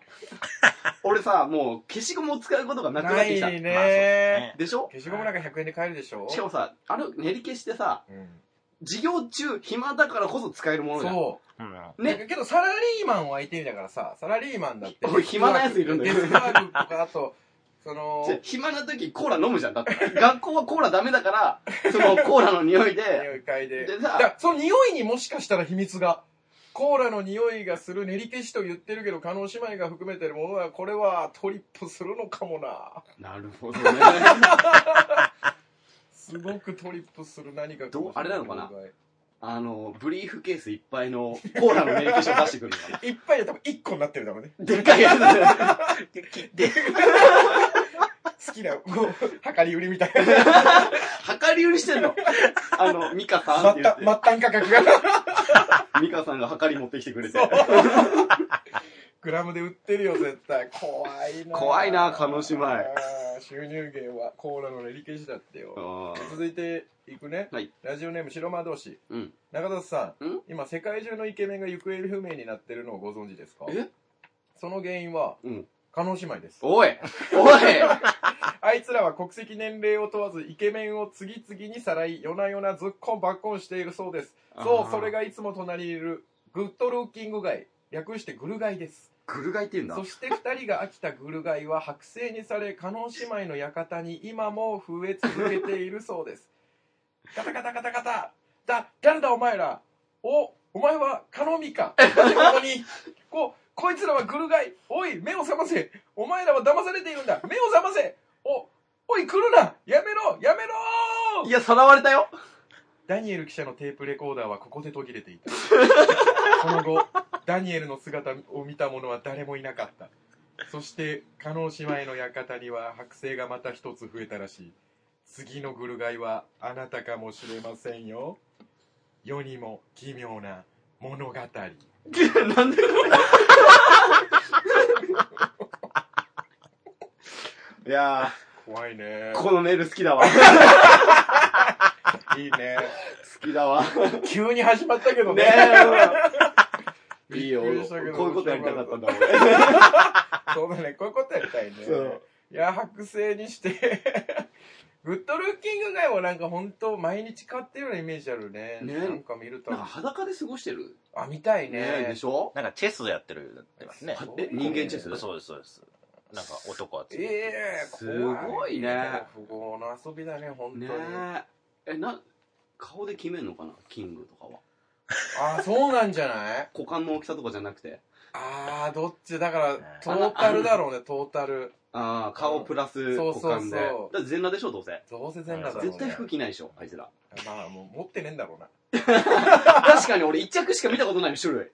A: 俺さ、もう消しゴムを使うことがなくな
B: な
A: ってきた。
B: い
C: まあそうです
B: ね。
C: ね
A: でしょ
B: 消しゴムなんか100円で買えるでしょ
A: しかもさ、あの練り消しってさ、
B: う
A: 授業中暇だからこそ使えるもの
B: ん、
A: じゃん。
B: そう。
C: うん
A: ね。
B: ね、けどサラリーマンを相手にだからさ、サラリーマンだって。
A: 俺暇なやついるんだよ
B: デスクワークとか、あと、その
A: じゃあ暇な時コーラ飲むじゃん。だって。学校はコーラダメだから、そのコーラの匂いで、
B: 匂 [LAUGHS] い嗅いで
A: で
B: だ
A: さ
B: からその匂いにもしかしたら秘密がコーラの匂いがする練り消しと言ってるけど加納姉妹が含めてるものはこれはトリップするのかもな
A: なるほどね。
B: すごくトリップする何かもし
A: ど
B: れ
A: うあれなのかな
B: 妨
A: あの、ブリーフケースいっぱいのコーラの練り消しを出してくるのかな。
B: 害いっぱいで多分1個になってるだろうね
A: でっかいやつだ切って。
B: [LAUGHS] 好きなこう量り売りみたいな
A: 量り売りしてんの。あの、ミカさんって
B: 末
A: 言って
B: 端末。端価格が
A: ミカさんが量り持ってきてくれて。
B: [LAUGHS] グラムで売ってるよ絶対怖いな
A: 怖いな叶姉妹
B: あー収入源はコーラの練り消しだってよ
A: あー
B: 続いていくね、
A: はい
B: ラジオネーム白魔同士、
A: うん
B: 中田さん
A: ん
B: 今世界中のイケメンが行方不明になってるのをご存知ですか
A: え
B: その原因は、
A: うん
B: 加納姉妹です
A: おいおい
B: あいつらは国籍年齢を問わずイケメンを次々にさらい夜な夜なずっこんばっこんしているそうです
A: あ
B: そう
A: ー
B: それがいつも隣にいるグッドルッキングガイ略してグルガイです
A: グルガイって言うんだ
B: そ。して2人が飽きたグルガイは剥製にされ加納姉妹の館に今も増え続けているそうですカタカタカタカタだ誰だお前らおお前は加納美かなぜここに [LAUGHS] ここいつらはグルガイおい目を覚ませお前らは騙されているんだ目を覚ませおおい来るなやめろやめろ
A: いや、さらわれたよ。
B: ダニエル記者のテープレコーダーはここで途切れていた。その後、ダニエルの姿を見た者は誰もいなかった。そして、加納姉妹の館には剥製がまた一つ増えたらしい。次のグルガイはあなたかもしれませんよ。世にも奇妙な物語。
A: なんでいや
B: 怖いね
A: ー、。このメール好きだわ。
B: いいね。
A: 好きだわ。
B: 急に始まったけど
A: ね
B: ね。
A: え。いいよ。こう
B: びっくりしたけど
A: いうことやりたかったんだ、俺。
B: そうだね、こういうことやりたいね
A: そう。
B: いや、剥製にして、 [LAUGHS] グッドルッキング街もなんか本当毎日買ってるようなイメージあるね。
A: ね
B: なんか見ると
A: なん。か裸で過ごしてる
B: あ、見たい
A: ねえ、
B: ね
A: で。しょ
C: なんかチェスやってるようになってますね。
B: は
A: え、人間チェス
C: そうです、そうです。なんか男集
B: え
C: めて。
B: え
A: すごいね。
B: 不合の遊びだね、本当に。
A: ねえ。え、な、顔で決めんのかなキングとかは。
B: あ、そうなんじゃない
A: 股間の大きさとかじゃなくて。
B: あー、どっちだから
C: ね、
B: トータルだろうね、トータル。
A: ああ、顔プラス
B: そう
A: 股
B: そうそう
A: 間で。だって全裸でしょ、どうせ。
B: どうせ全裸だろうね。
A: 絶対服着ないでしょ、あいつら。
B: まあ、もう持ってねえんだろうな。
A: 確かに俺一着しか見たことない種類。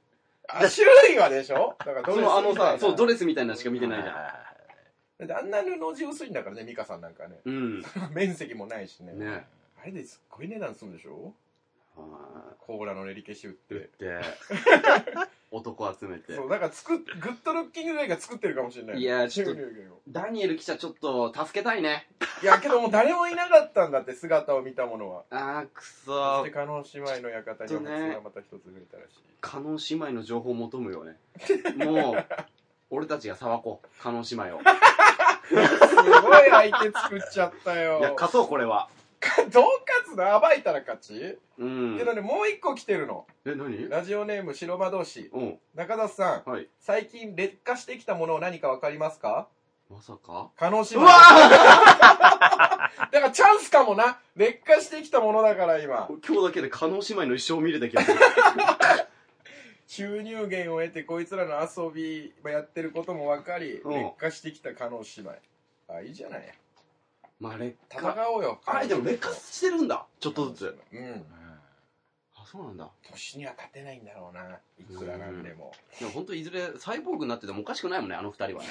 B: あ、種類はでしょだからど
A: そ
B: れ
A: のあのさ、そう、ド
B: れ。
A: レスみたいなのしか見てないじ
C: は
A: ゃ
C: は
A: ん。
C: は
B: だってあんな布地薄いんだからね、ミカさんなんかね。 [LAUGHS]
A: うん。
B: 面積もないしね
A: ね
B: あれですっごい値段するんでしょ
A: は
B: コーラの練り消し売っ
A: い。売って
B: [LAUGHS]
A: て、男集めて
B: そ。うだから作っグッドルッキングガイが作ってるかもしれない
A: いやちょっと
B: 収入源を
A: ダニエル記者ちょっと助けたいね。
B: いやけどもう誰もいなかったんだって姿を見たものは
A: あー、く
B: そし
A: そ
B: て。加納姉妹の館には
A: ちょっとね
B: 発がまた一つ増えたらしい
A: カノン姉妹の情報求む
B: [LAUGHS]
A: よね。もう、俺たちが騒こう。カノン姉妹を。
B: すごい相手作っちゃったよ
A: いや、勝とう、これは。
B: どう勝つの暴いたら勝ち、
A: うん
B: け。どねもう一個来てるの
A: え、何
B: ラジオネーム白魔同士
A: うん。
B: 中田さん
A: はい。
B: 最近劣化してきたものを何かわかりますか
A: まさか
B: 加納姉
A: う
B: 妹
A: わ
B: [LAUGHS] だからチャンスかもな劣化してきたものだから今
A: ー今日だけでカノン姉妹の一生見れた気がする。
B: 収入源を得てこいつらの遊びまあやってることも分かり
A: うん
B: 劣化してきた加納姉妹あいいじゃない
A: [LAUGHS] まあ、劣
B: 戦
A: 化。
B: おうよ
A: あれ、でも劣化してるんだ。ちょっとずつ。
B: うん
A: あ、そうなんだ。
B: 年には勝てないんだろうないくらなんでも
A: でも本当いずれサイボーグになっててもおかしくないもんね、あの二人はね。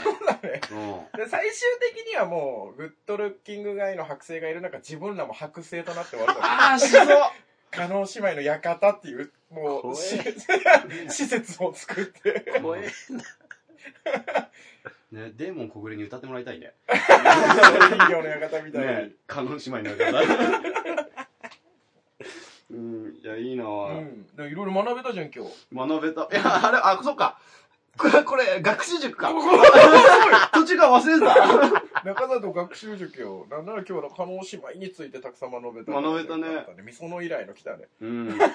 A: うん。
B: で最終的にはもうグッドルッキング街の剥製がいる中自分らも剥製となって終
A: [LAUGHS]
B: わるから
A: ああ、しそう
B: 加納姉妹の館っていうもうし [LAUGHS] 施設を作って
A: 怖 [LAUGHS] えな。ね、デーモン小暮に歌ってもらいたいね。
B: 人形の館みたいに、
A: ね、カノン姉妹の [LAUGHS] 歌。うん、いや、いいな
B: う
A: ぁ。
B: んでもいろいろ学べたじゃん今日
A: 学べた。いや、あれ、あ、そうか。これ、 [LAUGHS] これ、学習塾か。途中から忘れてた。
B: 中里学習塾をなんなら今日の加納姉妹についてたくさん学べた
A: 学べたね
B: よかったみその以来の来たね
A: うん。で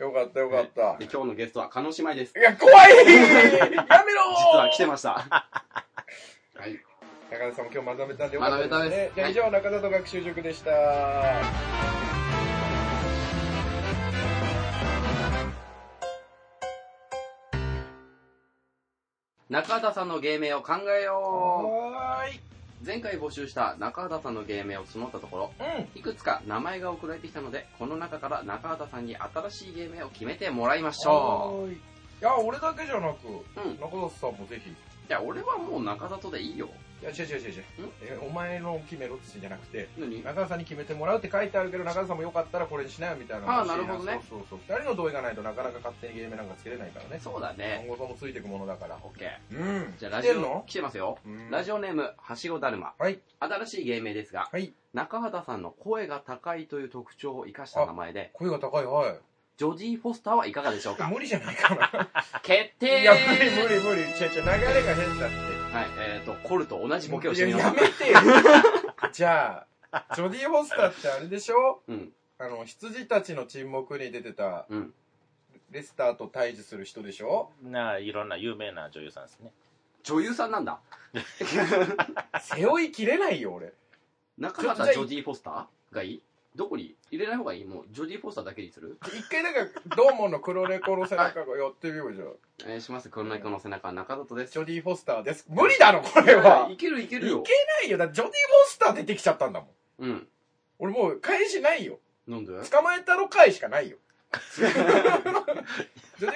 B: よかったよかった、い、
A: 今日のゲストはカノン姉妹です。
B: や怖いやめろ
A: 実は来てました。はい。
B: 中田さんも今日学べたんでよかったです
A: 学べたで。
B: ね
A: す
B: じゃあ
A: はい
B: 以上、中田と学習塾でした。
A: 中畑さんの芸名を考えよ
B: はーい。
A: う前回募集した中畑さんの芸名を募ったところ、
B: うん。
A: いくつか名前が送られてきたので、この中から中畑さんに新しい芸名を決めてもらいましょ
B: う。いや、俺だけじゃなく、
A: う。うん。い
B: 中田さんもぜひ。
A: や、俺はもう中里でいいよ。
B: いや、違う違う違う違う。えお前の決めろって言うんじゃなくて、
A: 何
B: 中田さんに決めてもらうって書いてあるけど、中田さんもよかったらこれにしなよみたいな話。
A: あーなるほどね
B: そうそうそう。二人の同意がないとなかなか勝手にゲームなんかつけれないからね。
A: そうだね。
B: 今後ともついていくものだから。
A: オッケー。
B: うん。
A: じゃあラ
B: 来て
A: ジオ
B: んの、
A: 来てますよ。
B: うん
A: ラジオネーム、はしごだるま。
B: はい。
A: 新しい芸名ですが、
B: はい。
A: 中畑さんの声が高いという特徴を生かした名前で、
B: 声が高い、はい。
A: ジョジー・フォスターはいかがでしょう
B: [LAUGHS]
A: か
B: 無理じゃないかな。
A: 決定
B: いや、無理無理無理。違う違う、流れが変だって。
A: はい、えっ、ー、と、コルと同じボケをしてみ
B: い
A: ま
B: や
A: す
B: や。め [LAUGHS] てよ。じゃあ、ジョディ・フォスターってあれでしょ
A: うん、
B: あの、羊たちの沈黙に出てた、
A: うん。
B: レスターと対峙する人でしょ
C: なあいろんな有名な女優さんですね
A: 女優さんなんだ。
B: 背負いきれないよ、俺。
A: 中畑ジョディ・フォスターがいいどこに入れない方がいいもう、ジョディ・フォスターだけにする
B: 一回なんか、ドーモンの黒猫の背中がやってみようじゃん。
A: えー、します。黒猫の背中は中里です。
B: ジョディ・フォスターです。無理だろ、これは。
A: い
B: い
A: けるいけ
B: け
A: るよ。
B: ないよ。だってジョディ・フォスター出てきちゃったんだもん。
A: うん。
B: 俺もう返しないよ。
A: なん
B: [LAUGHS]
A: で
B: 捕まえたろ回しかないよ。ジョディ・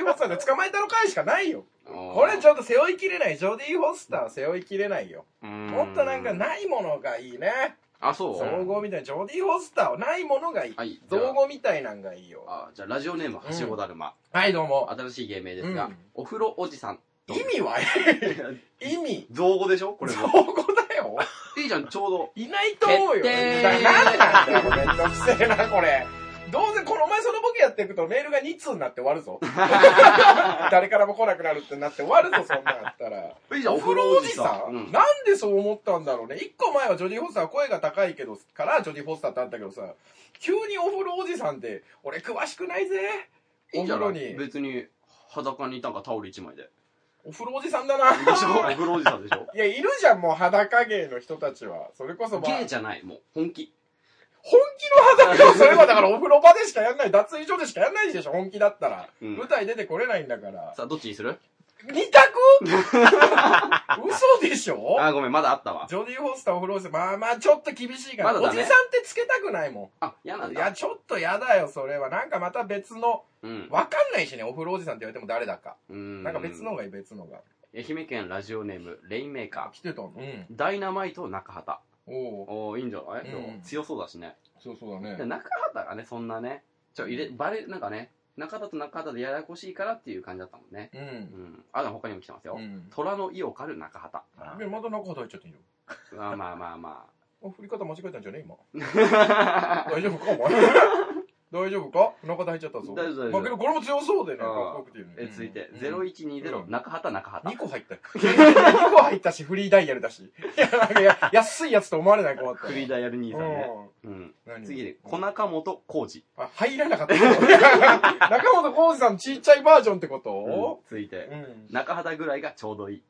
B: フォスターで捕まえたろ回しかないよ。こ
A: こ
B: れちょっと背負いきれない。ジョディ・フォスター背負いきれないよ。も
A: も
B: っとなんか、ないものがいいね。
A: あ、そう
B: 造語みたいな。ジョディ・フォスターはないものがいい。
A: はい。じゃ
B: 造語みたいなんがいいよ。
A: あ、あじゃあラジオネーム、はしごだるま。
B: はい、どうも。
A: 新しい芸名ですが、
B: うん
A: お風呂おじさん。
B: 意味は意味。
A: [LAUGHS] 造語でしょこれ
B: 造
A: も。
B: 語だよ。
A: いいじゃん、ちょうど。
B: いないと思うよ。
A: 決定
B: だなんなんだよ。めんどくせえな、これ。どうせこのお前そのボケやっていくとメールが2通になって終
A: [LAUGHS]
B: わるぞ。誰からも来なくなるってなって終わるぞ、そんなんやったら。
A: いいじゃん、
B: お
A: お風
B: 風呂
A: 呂
B: お
A: お
B: じ
A: じ
B: さ
A: さ
B: ん、
A: ん。うん。
B: なんでそう思ったんだろうね。一個前はジョディ・フォスターは声が高いけど、からジョディ・フォスターってあったけどさ、急にお風呂おじさんで、俺詳しくないぜ。
A: いいんじゃ
B: お
A: な
B: 風呂
A: い
B: に
A: 別に、裸にいたんかタオル一枚で。
B: お風呂おじさんだな。
A: でし [LAUGHS] ょお風呂おじさんでしょ
B: いや、いるじゃん、もう裸芸の人たちは。それこそ、まあ、
A: ゲー
B: 本
A: じゃない、もう、本気。
B: 気の裸 [LAUGHS] をそれはだからお風呂場でしかやんない、脱衣所でしかやんないでしょ、本気だったら。
A: うん
B: 舞台出てこれないんだから。
A: さあ、どっちにする
B: 二択
A: [LAUGHS]
B: 嘘でしょ
A: あ、ごめん、まだあったわ。
B: ジョディ・フォスターお風呂おじさん、まあまあちょっと厳しいから、
A: まだ
B: お
A: だ
B: じ
A: ね
B: さんってつけたくないもん。
A: あ、嫌なん
B: い
A: だ
B: や、。ちょっとやだよ、それは。なんかまた別の、
A: うん。
B: わかんないしね、お風呂おじさんって言われても誰だか。
A: な
B: なんか別の。がいい、別のが。
A: 愛媛県ラジオネーム、レインメーカ
B: 来てたのうん。
A: ー。ダイナマイト中畑。
B: おお
A: おおいいんじゃない、で
B: う
A: も
B: ん
A: 強そうだしね。
B: そうそうだね
A: で。中畑がね、そんなね、ちょ、入れ、バレ、なんかね、中畑と中畑でややこしいからっていう感じだったもんね。
B: う。
A: うんん。あ、でも他にも来てますよ。
B: うん。
A: 虎の意を狩る中畑。
C: あ
B: いやまた中入っちゃっていいよ。
A: まあまあまあま
B: あ振り方間違えたんじゃ
A: [LAUGHS]
B: ね今。
A: あ。
B: 大丈夫かお前。 [LAUGHS] 大丈夫か中入っちゃったぞ。
A: 大丈夫大丈夫
B: まあけどこれも強そうでね、
A: あ
B: か
A: ー
B: っこよくていいね
A: え、続いて、
B: うんう
A: 0120
B: ん
A: 中畑中
B: 2
A: 畑。
B: 個入った。2個入ったし、フリーダイヤルだし。いや、なんかや、安いやつと思われない、こうなったら。
A: フリーダイヤル兄さんね。
B: うん
A: うん。
B: 何
A: 次で、小中本浩二。
B: あ、入らなかった。 [LAUGHS] 中本浩二さんのちっちゃいバージョンってこ
A: うん
B: と
A: 続いて
B: う、ん。
A: 中畑ぐらいがちょうどいい。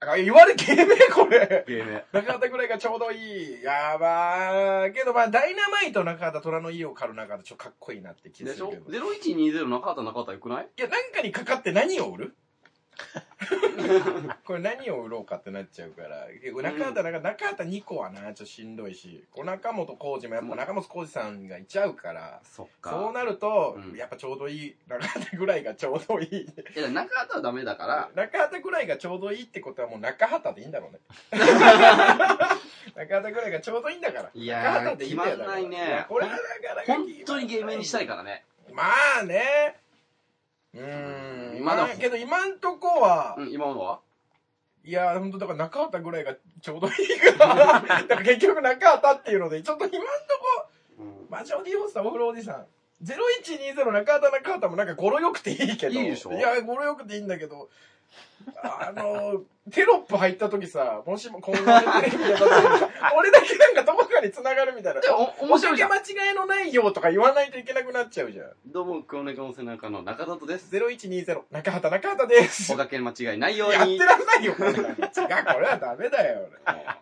B: あ言われてね、これ。
A: 芸名。
B: 中畑ぐらいがちょうどいい。やばー。けどまあ、ダイナマイト中畑虎の家を狩る中畑ちょっとかっこいいなって気
A: で
B: が
A: すし
B: る
A: ょ
B: けど。い
A: ?0120 中畑中畑よくない
B: や、なんかにかかって何を売る [LAUGHS] これ何を売ろうかってなっちゃうから。結構中畑、なんか中畑2個はな、ちょっとしんどいし。こう中本浩二もやっぱ中本浩二さんがいちゃうから。
A: そっか。
B: そうなると、
A: うん
B: やっぱちょうどいい、中畑ぐらいがちょうどいい。
A: いや、中畑はダメだから、
B: 中畑ぐらいがちょうどいいってことはもう中畑でいいん
A: [LAUGHS]
B: だろうね。中畑ぐらいがちょうどいいんだから。
A: いやー
B: 中畑でいいんだよ。
A: 決まんないね
B: だからやこれはなかなか
A: 本当に芸名にしたい
B: か
A: からね。
B: ら。まあね。うーん。
A: まだ
B: まあけど今んとこは、
A: うん、今のはい
B: やー、ほんとだから中畑ぐらいがちょうどいい [LAUGHS] から。だから結局中畑っていうので、ちょっと今んとこ、マジョディホスターオフローおじさん。0120中畑中畑もなんか語呂よくていいけど。
A: いいでしょ
B: いや、語呂よくていいんだけど、あの、テロップ入った時さ、もしも今後のテレビが出てるさ、俺だけなんかどこかに繋がるみたいな。
A: でも、お面白いじゃん。
B: 間違いのないよとか言わないといけなくなっちゃうじゃん。
A: どうも、黒猫の背中の中里です。
B: 0120、中畑中畑です。
A: おかけ間違いないよ
B: や
A: う
B: って
A: に。
B: らんないよ、これ。違う、これはダメだよ、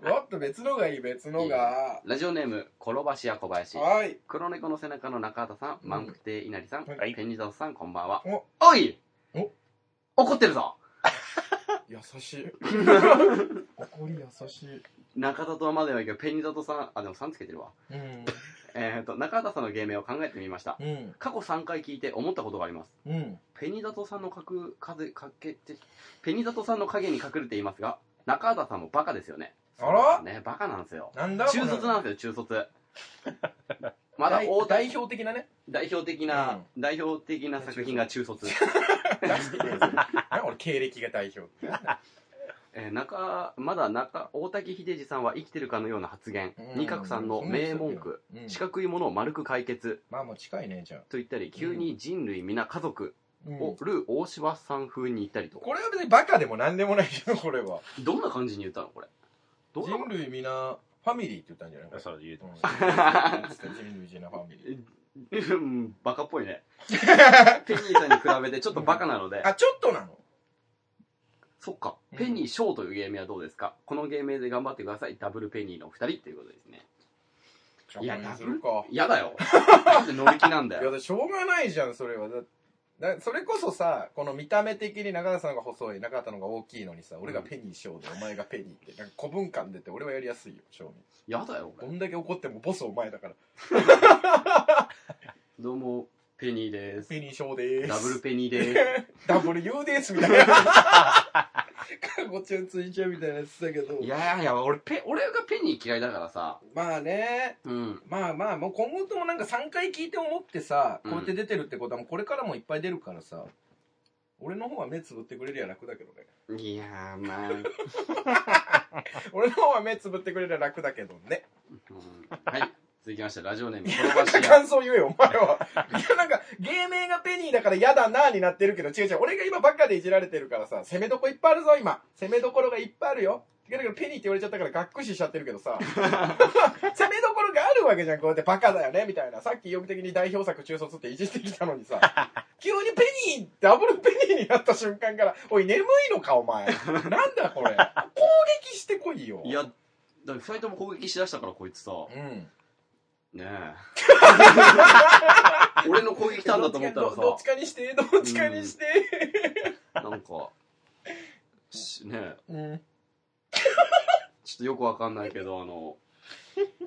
B: 俺。もっと別のがいい、別のが。
A: ラジオネーム、転ばしや小林。
B: はい。
A: 黒猫の背中の中畑さん、
B: うん
A: 満腹亭稲荷さん、
C: はい
A: ペンギンザオさん、こんばんは
B: お。
A: おい
B: お
A: 怒ってるぞ
B: 優しい。怒り優しい。
A: 中里はまではいいけど、ペンギンザオさん、あ、でもさんつけてるわ。
B: うん。
A: えっ、と、中畑さんの芸名を考えてみました。
B: うん。
A: 過去3回聞いて思ったことがあります。
B: うん。
A: ペニダトさんのかく風かけてペニダトさんの影に隠れていますが中畑さんもバカですよね
B: あら
A: そうですねバカなんですよ
B: なんだ
A: 中卒なんですよ中
B: [LAUGHS]
A: 卒まだ大
B: 代
A: 代表
B: 表的
A: [LAUGHS]
B: なね。
A: 代表的な、代表的な作品が中
B: [LAUGHS]
A: 卒、
B: 俺、経歴が代表。
A: えー中まだ中大竹秀治さんは生きてるかのような発言
B: うん
A: 二角さんの名文句
B: うん
A: 四角いものを丸く解決
B: まあもう近いね、じゃあ。
A: と言ったり急に人類皆家族
B: うん
A: をルー大柴さん風に言ったりと
B: これは別にバカでもなんでもないじゃん、これは。
A: どんな感じに言ったのこれどんな
B: 人類皆、ファミリーって言ったんじゃない
C: いやそう言うてまし
B: 人類皆ファミ
A: [LAUGHS]
B: リー。
A: うん、バカっぽい
B: [LAUGHS]
A: ね。ペニーさんに比べてちょっとバカなので、
B: あ、ちょっとなの
A: そっか
B: う。ん
A: ペニーショーという芸名はどうですかこの芸名で頑張ってください。ダブルペニーのお二人っていうことですね。いや
B: じゃあこれにするか。
A: 嫌だ
B: [LAUGHS]
A: よ。なんで乗り気なんだ
B: いや、
A: よ。
B: だしょうがないじゃん、それは。だだそれこそさ、この見た目的に中田さんが細い、中田の方が大きいのにさ、俺がペニーショーで、お前がペニーって、なんか古文館出て俺はやりやすいよ、ショーに。
A: 嫌だよ、こ
B: ど
A: れ。
B: んだけ怒ってもボスお前だから、
A: どうも、ペニーです。
B: ペニーショーでーす。
A: ダブルペニーです。
B: ダブル U ですみたい
A: [LAUGHS]
B: な。かごちゃんついちゃうみたいなやつだけど。
A: いやいや、俺、ペ、俺がペニー嫌いだからさ。
B: まあね、
A: うん。
B: まあまあ、もう今後ともなんか3回聞いて思ってさ、
A: う
B: こ
A: ん
B: うやって出てるってことはもうこれからもいっぱい出るからさ、俺の方は目つぶってくれりゃ楽だけどね。
A: いやー、まあ、うん
B: 俺の方は目つぶってくれりゃ楽だけどね。
A: はい。続きまして、ラジオネー
B: [LAUGHS]
A: ム、転ばしや。
B: 感想言えよ、お前
A: [LAUGHS]
B: は。いや、なんか、芸名がペニーだから嫌だなーになってるけど、違う違う、俺が今ばっかでいじられてるからさ、攻めどこいっぱいあるぞ、今。攻めどころがいっぱいあるよ。だけど、ペニーって言われちゃったから、がっくししちゃってるけ
A: [LAUGHS]
B: どさ、攻めどころがあるわけじゃん、こうやってバカだよね、みたいな。さっき意欲的に代表作中卒っていじってきた
A: [LAUGHS]
B: のにさ、急にペニー、ダブルペニーになった瞬間から、おい、眠いのか、お前。なんだ、これ。攻撃してこいよ。
A: いや、だって二人とも攻撃しだしたから、こいつさ。
B: うん。
A: ね
B: [LAUGHS]
A: え。俺の攻撃来たんだと思ったらさ
B: どどっちかにして、どっちかにして。、
A: なんか、しねえ、
B: うん
A: ちょっとよくわかんないけど、あの、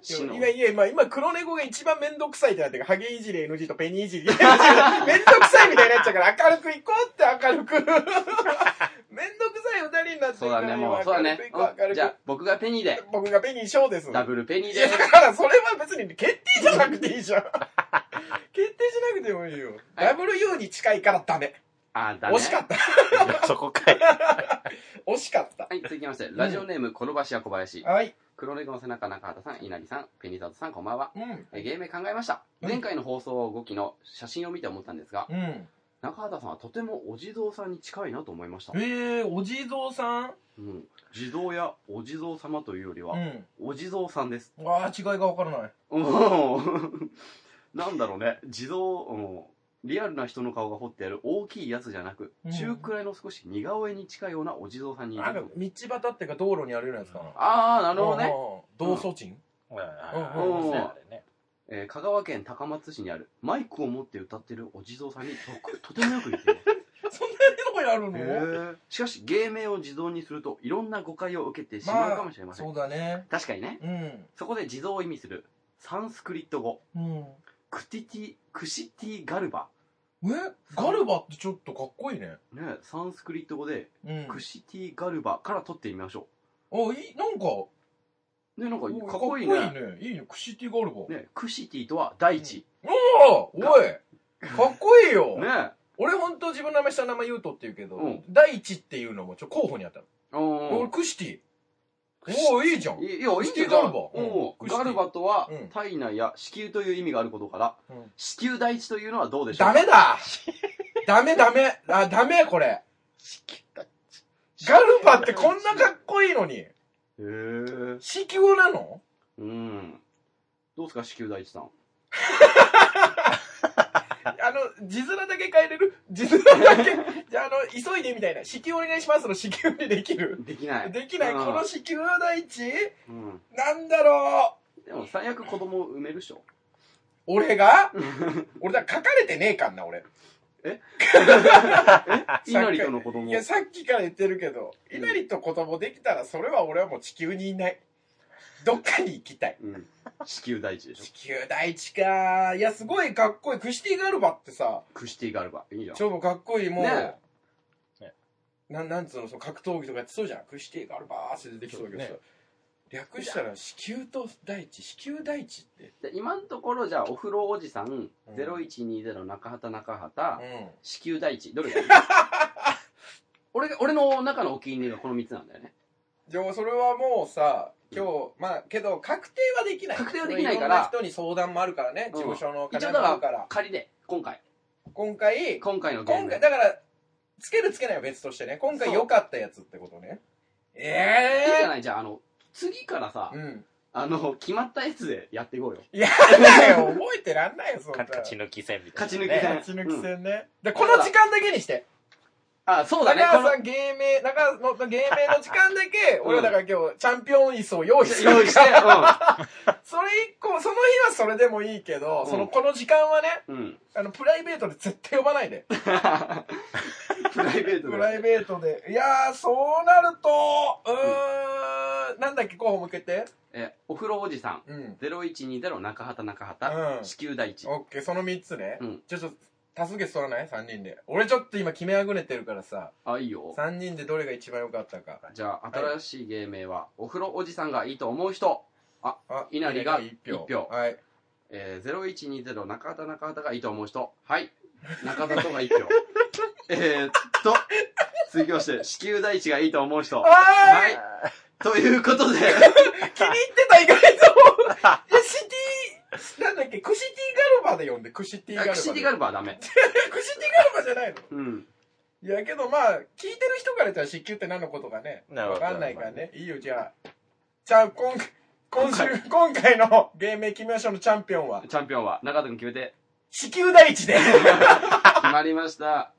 A: 死の、
B: 今、いや、今、今、黒猫が一番めんどくさいってなってるハゲいじり NG とペニい [LAUGHS] じり NG がめんどくさいみたいになっちゃうから、明るく行こうって明るく。 [LAUGHS] めんどくさい二人になって
A: そ
B: る
A: う
B: か
A: だ
B: ら、
A: ね、
B: 今
A: もう、そうだね
B: 明るく行こう、明
A: う
B: る
A: ん。
B: く
A: じゃあ、僕がペニーで、
B: 僕がペニーショーです。い
A: ダ
B: や、
A: ブルペニーで
B: だからそれは別に決定じゃなくていい
A: [LAUGHS]
B: じゃん。決定じゃなくてもいいよ。
A: はい
B: WU に近いからダメ。
A: あー、だね。
B: 惜しかった。
C: た。いや [LAUGHS] そこかい。
B: 惜しかった。
A: はい、続きまして、ラジオネーム、転ばしや小林。
B: はい。
A: 黒猫の背中、中畑さん、稲荷さん、ペニザトさん、こんばんは。
B: うん。
A: え芸名考えました。
B: うん
A: 前回の放送後期の写真を見て思ったんですが、
B: うん。
A: 中畑さんはとてもお地蔵さんに近いなと思いました。
B: えー、お地蔵さん
A: うん。地蔵やお地蔵様というよりは、
B: ん。
A: お地蔵さんです。
B: あー、違いがわからない。
A: お
B: [LAUGHS]
A: ーなんだろうね、自動、うんリアルな人の顔が彫ってある大きいやつじゃなく、
B: うん
A: 中くらいの少し似顔絵に近いようなお地蔵さんにいる
B: なんか、道端っていうか道路にあるようなやつかな。
A: ああ、な
B: あ
A: るほどね。
B: 同祖人
C: うん
B: うん
A: うん
C: あれね
A: えー香川県高松市にあるマイクを持って歌ってるお地蔵さんにととてもよく [LAUGHS] 似ています。
B: [LAUGHS] そんなにどこにあるの
A: へーしかし、芸名を地蔵にするといろんな誤解を受けてしまうかもしれません。
B: そうだね。
A: 確かにね。
B: うん。
A: そこで地蔵を意味するサンスクリット語、
B: うん。
A: クティティ、クシティガルバ。
B: えガルバってちょっとかっこいいね。
A: ね、サンスクリット語で
B: うん
A: クシティガルバから取ってみましょ
B: あ、いい、なんか、か
A: う。ね、なんか、か
B: っ
A: っこ
B: こ
A: い
B: い
A: い
B: い
A: ね。
B: ね。いいね。クシティガルバ。
A: ね、クシティとは大地。
B: おーおいかっこいいよ
A: ね。
B: 俺ほんと自分の名前下の名前言うとって言うけど
A: うん、
B: 第一っていうのもちょ、候補にあったの。
A: う
B: 俺
A: ん。
B: クシティ。おおいいじゃん。
A: いや、いいんじゃ
B: クシティ
A: な
B: ガ
A: い
B: ルバ
A: うん
B: うん
A: ガルバとは
B: うん、
A: 体内や子宮という意味があることから
B: うん、
A: 子宮大地というのはどうでしょう
B: ダメだダメダメあ、ダメこれ。ってこんなかっこいいのに、
C: へえ。
B: 子宮なの
A: うん。どうですか、子宮大地さん。
B: あの、字面だけ変えれる字面だけ。じゃあ、あの、急いでみたいな。子宮お願いしますの子宮にできる。
A: できない。
B: できない。
A: うん
B: この子宮大地
A: うん。
B: なんだろう
A: でも最悪子供を産めるでしょ。
B: 俺が俺だ、書かれてねえかんな、俺。
A: 稲荷との子供
B: いや、さっきから言ってるけど、
A: うん
B: 稲荷と子供できたら、それは俺はもう地球にいない。どっかに行きたい。
A: うん。子宮大地
B: [LAUGHS]
A: でしょ
B: 地。球大地かいや、すごいかっこいい。クシティガルバってさ、
A: クシティガルバ。いいじゃん。
B: 超もうかっこいい、もう。
A: ね
C: ね
B: なんなんつうの、その格闘技とかやってそうじゃん。クシティガルバーって出てきそうだけどさ。
C: そう
B: 略したら、地球と大地、地球大地って。
A: で今のところ、じゃあ、お風呂おじさん、
B: うん
A: 0120中畑中畑、
B: うん。
A: 子宮大地。ど
B: [LAUGHS]
A: れがいい俺が、俺の中のお気に入りがこの3つなんだよね。
B: じゃあ、それはもうさ、今日、まあ、けど、確定はできない。
A: 確定はできないから
B: それいろんな人に相談もあるから
A: う
B: ね、
A: ん
B: 事務所の
A: 一
B: 方
A: 応だ
B: もある
A: か
B: からら、。
A: 仮で、今回。
B: 今回、
A: 今回のゲー
B: 今
A: ム
B: 回、。だから、つけるつけないは別としてね、今回良かったやつってことね。
A: いいじゃ
B: え
A: ないじゃあ、あの、次からさ
B: え、うん。
A: あの、決まったやつでやっていこうよ。
B: いやだ
A: [LAUGHS]
B: よ、覚えてらんないよ、そんな。
C: 勝ち抜き戦みたい
A: 勝
C: な
A: ち
C: ね。
A: 抜き戦。
B: 勝ち抜
A: うん
B: き戦ね。でこの時間だけにして。
A: あ、そうだ
B: 中
A: ね。
B: 川さ
A: こ
B: ん芸名、中川の芸名の時間だ
A: [LAUGHS]
B: け、俺はだから今日、チャンピオン椅子を用意す
A: の用
B: る
A: 意し
B: から。
A: て、
B: それ以降、その日はそれでもいいけど、
A: うん
B: その、この時間はね、
A: うん。 [LAUGHS] うん。
B: あの、プライベートで絶対呼ばないで。
A: プライベート
B: プ
A: で。
B: ライベートで。いやー、そうなると、うーん、なんだっけ、候補向けて。
A: え、お風呂おじさん。
B: うん。
A: 0120中畑中畑。
B: うん。
A: 子宮第一。
B: オッケー、その3つね。
A: うん
B: ちょっと、多数決取らない ?3 人で。俺ちょっと今決めあぐねてるからさ、
A: あ、いいよ。
B: 3人でどれが一番良かったか。
A: じゃあ、新しい芸名は、お風呂おじさんがいいと思う人。
B: あ
A: 稲荷が
B: 一票。
A: 一票
B: はい。
A: えー、0120中畑中畑がいいと思う人。はい。中里が一 [LAUGHS] 票。えーっと、続きまして、子宮第一がいいと思う人。
B: は
A: は
B: ーい
A: い。ということで、
B: 気に入ってた、意 [LAUGHS] 外と。でシティ、なんだっけ、クシティガルバで呼んで、クシティガルバで。
A: クシティガルバはダメ。
B: クシティガルバじゃないの
A: うん。
B: いや、けどまあ、聞いてる人から言ったら失給って何のことかね。
C: [LAUGHS] なるほ
B: わ
C: ど
B: かんないからね。いいよ、じゃあ。じゃあ、今回、今週、今回の芸名決めましょうのチャンピオンは、
A: チャンピオンは、中田君決めて。
B: 地球大地で。
A: 決まりました。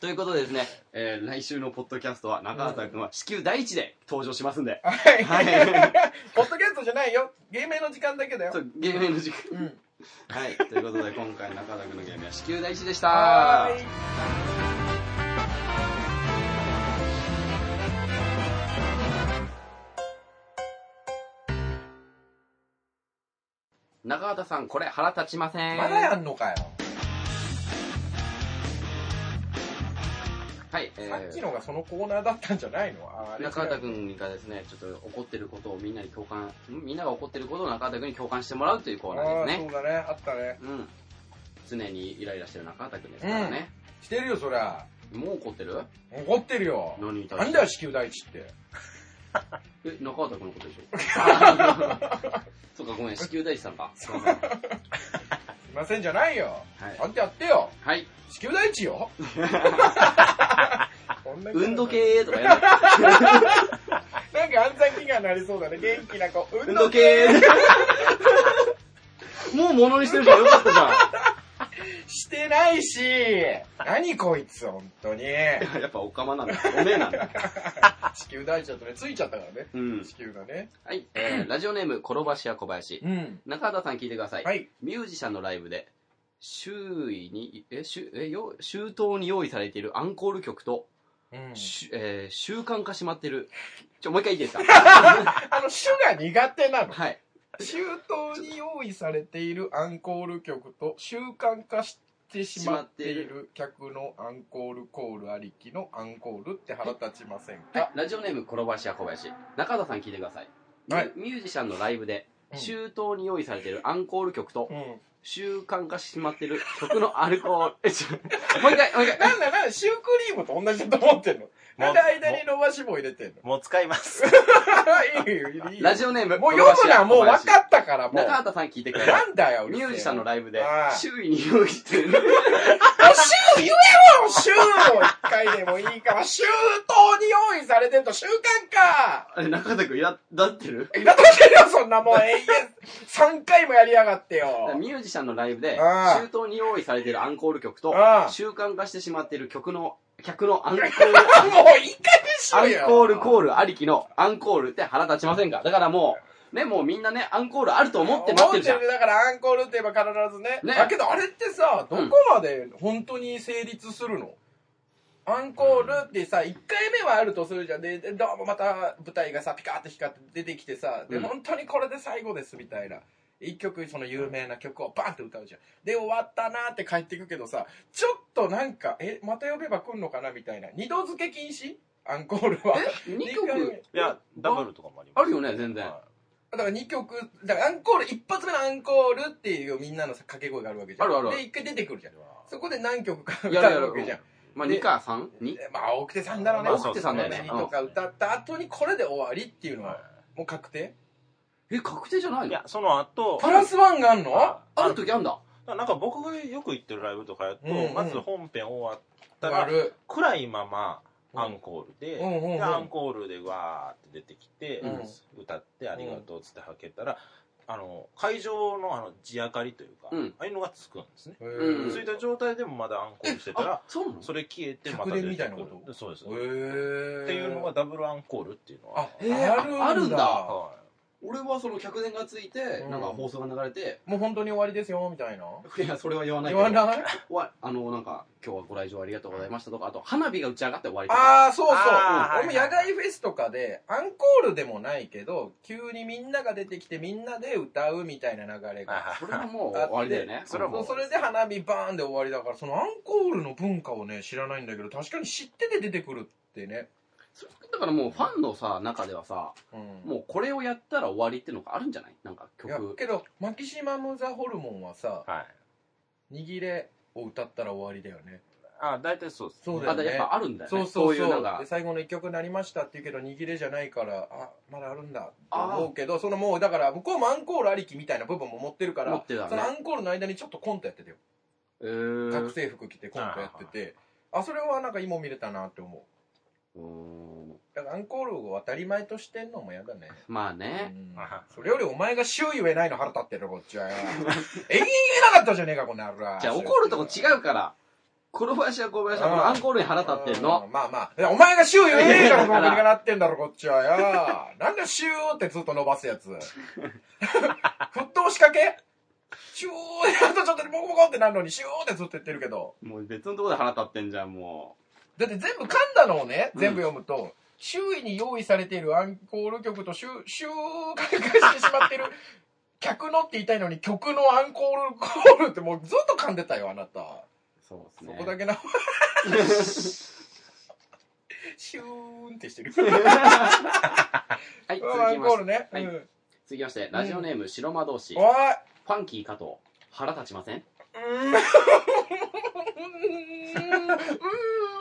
A: ということでですね、えー来週のポッドキャストは中畑くんは子宮第一で登場しますんで、
B: はい。
A: はい
B: [LAUGHS] ポッドキャストじゃないよ。芸名の時間だけだよ。
A: そう、芸名の時間。
B: うん。
A: はい、ということで今回中畑くんの芸名は子宮第一でした。
B: はーい。
A: 中畑さん、これ腹立ちません。
B: まだやんのかよ。
A: はい、えー
B: さっきのがそのコーナーだったんじゃないのあー
A: 中畑
B: 違う
A: くんがですね、ちょっと怒ってることをみんなに共感、んみんなが怒ってることを中畑くんに共感してもらうというコーナーです
B: あー
A: ね。
B: そうだね。あったね。
A: うん。常にイライラしてる中畑くんですからね。
B: してるよ、そりゃ。
A: もう怒ってる
B: 怒ってるよ。
A: 何に対
B: な
A: して
B: んだよ、地球大地って。
A: え、中畑くんのことでしょそうか、ごめん、子宮大地さんか。
B: すいませんじゃないよ。
A: はい
B: あんたやってよ。
A: はい。
B: 地球大
A: [LAUGHS]
B: 地よ。こんな
A: 運動系とかやる。
B: なんか安産祈願なりそうだね。元気な子。 [LAUGHS] 運
A: 運
B: 動
A: 動
B: 系
A: 系 [LAUGHS] もう物にしてるじゃん。よかったじ
B: してないし。何こいつ、本当に。
A: ゃん。やっぱおかまなんだ。おめえなんだ。
B: 地球大地だとね、ついちゃったからね。
A: うん。
B: 地球がね。
A: はい。えー、ラジオネーム、転ばし屋小林。
B: うん。
A: 中畑さん聞いてください。
B: はい。
A: ミュージシャンのライブで、周囲に、え、周、え、よ、周到に用意されているアンコール曲と、
B: うん
A: しゅえー習慣化しまってる。ちょ、もう一回いいですか
B: あの、主が苦手なの。
A: はい。
B: 周到に用意されているアンコール曲と習慣化してしまっている客のアンコールコールありきのアンコールって腹立ちません
A: はい
B: か、
A: ラジオネーム、転ばし屋小林。中田さん聞いてください。
B: はい
A: ミュージシャンのライブで、
B: うん
A: 周到に用意されているアンコール曲と
B: う、ん。
A: 習慣化してしまってる曲のアルコール。えち
B: [LAUGHS]
A: ょもう一回、もう一回。
B: なんだなんだ、シュークリームと同じだと思ってんのなんで間に伸ばし棒入れてんの
C: もう使います。
B: [LAUGHS] いいよ、いいよ。
A: ラジオネーム、
B: もう読むな、もう分
A: っ
B: かったから、もう。
A: 中畑さん聞いてください
B: な。んだよ、
A: ミュージシャンの
B: ラ
A: ライブで
B: ああ、
A: 周囲に用意してる。 [LAUGHS]
B: シュー言えよシューを一回でもいいから、シューに用にされてると習慣か
A: あれ、中田くん、いら、だってる
B: いらっしゃるよ、そんなもう永遠、3回もやりやがってよ。
A: ミュージシャンのライブで、
B: ああ
A: 周到に用意されているアンコール曲と
B: あ、あ
A: 習慣化してしまっている曲の、客のアンコール、
B: あもういい加減にし
A: ア
B: ろ
A: ン
B: よ。
A: コールコールありきのアンコールって腹立ちませんかだからもう、ね、もうみんなね、アンコールあると思って待ってるじゃん
B: 思。だからアンコールって言えば必ずね
A: ね
B: だけどあれってさどこまで本当に成立するの、アンコールってさ1回目はあるとするじゃんででどうもまた舞台がさピカーって光って出てきてさで、
A: うん
B: 本当にこれで最後ですみたいな一曲その有名な曲をバンって歌うじゃんで終わったなーって帰ってくけどさちょっとなんかえまた呼べば来んのかなみたいな二度付け禁止アンコールは
A: え二
B: 二回目
A: 曲
C: いや、ダブルとかもあり
A: あ
C: ます。
A: るよね、全然。
C: は
B: だから2曲だからアンコール一発目のアンコールっていうみんなのさ掛け声があるわけじゃん
A: あるあるある
B: で一回出てくるじゃん
C: い
B: そこで何曲か
A: やるや
B: 歌
A: る
B: うわけじゃん
A: まあ、
B: で
A: 2か 3?2?
B: でまあ多くて3だろうね
C: まあ
B: 奥
C: そう
B: 手
C: です
B: さ
C: ね
B: んだよね
A: うん
B: とか歌った後にこれで終わりっていうの
C: は
B: はもう確定
A: え、確定じゃない
C: いい
A: の
C: や、その後、
B: プラスワンがあんの
C: は
A: ある時あんだ。
C: いなんか僕がよく行ってるライブとかやと、
B: うんうん
C: まず本編終わった
B: あ
C: ら、
B: る
C: 暗いまま
B: うん
C: アンコールで,、
B: うんうんうん
C: でアンコールでわーって出てきて、
B: う
C: 歌って「ありがとう」っつってはけたら、あの会場のあの地明かりというか、
A: うん
C: ああいうのがつくんですね、
B: へ
A: う
C: つい
B: ー
C: た状態でもまだアンコールしてた
A: あ
C: ら、
A: そうなの
C: それ消えてま
B: 百
C: た
B: 連
C: 出
B: みた
C: て
B: いな
C: く
B: こ
C: る
B: と
C: そうです、
B: へー
C: っていうのがダブルアンコールっていうの
B: あ
C: は
A: へえ
B: あ
A: あるんだ
C: は
A: 俺はその客電がついて
B: う、ん
A: なんか放送が流れて、 [LAUGHS]
B: もう本当に終わりですよみたいない
A: や、それは言わない
B: 言
A: けど。
B: わない
A: わあの、なんか、今日はご来場ありがとうございましたとか、あと、花火が打ち上がって終わりとか。
B: ああそうそう
C: あー
B: 俺も野外フェスとかでアンコールでもないけど急にみんなが出てきてみんなで歌うみたいな流れ
C: いはい
B: が
A: それはもう終わりだよね。
C: それはもう
B: そうそれで花火バーンで終わりだからそのアンコールの文化をね知らないんだけど確かに知ってて出てくるってね、
A: それだからもうファンのさ、中ではさ、
B: うん、
A: もうこれをやったら終わりってのがあるんじゃないなんか
B: いや
A: 曲。
B: けどマキシマム・ザ・ホルモンはさ
C: はい
B: 「握れ」を歌ったら終わりだよね
C: あ大体そうです
B: そうだ
A: あ
B: よね
A: だやっぱあるんだよね。
B: そうそう
A: い
B: そうう
A: なんか
B: で、最後の一曲になりましたって言うけど握れじゃないからあまだあるんだと
A: あー
B: 思うけどそのもうだから向こうもアンコールありきみたいな部分も持ってるから
A: 持ってたね
B: そのアンコールの間にちょっとコントやっててよ、
A: えー
B: 学生服着てコントやっててあそれはなんか今見れたなって思う
A: うーん
B: だからアンコールを当たり前としてんのもやだね
A: まあね。
B: うん
C: あ
B: それよりお前が周囲言えないの腹立ってるこっちはよ [LAUGHS] 永遠言えなかったじゃねえかこの野郎
A: じゃあ怒るとこ違うから、黒林は小林はこ
B: うん
A: のアンコールに腹立ってんの
B: う。んまあまあいやお前が周囲言えねえか
A: [LAUGHS]
B: ら
A: いやだ
B: こ
A: か
B: の
A: ら
B: 国がなってんだろこっちはよなんでシューってずっと伸ばすやつ [LAUGHS] 沸騰仕掛けシューってやるとちょっとボコボコってなるのにシューってずっと言ってるけど
A: もう別のとこで腹立ってんじゃん、も
B: だって全部噛んだのをね全部読むと、周囲に用意されているアンコール曲とシューシューがしてしまってる客のって言いたいのに曲のアンコールコールってもうずっと噛んでたよあなた
A: う。そう
B: そ
A: ですね。
B: こだけなシューンってして
A: [LAUGHS]
B: る
A: はい、続
B: ア
A: き
B: ン
A: まし
B: コー
A: て。
B: ルね。
A: はい
B: うん
A: 続きまして、ラジオネーム、白魔道士。フ
B: おい
A: ァンキー加藤。腹立ちません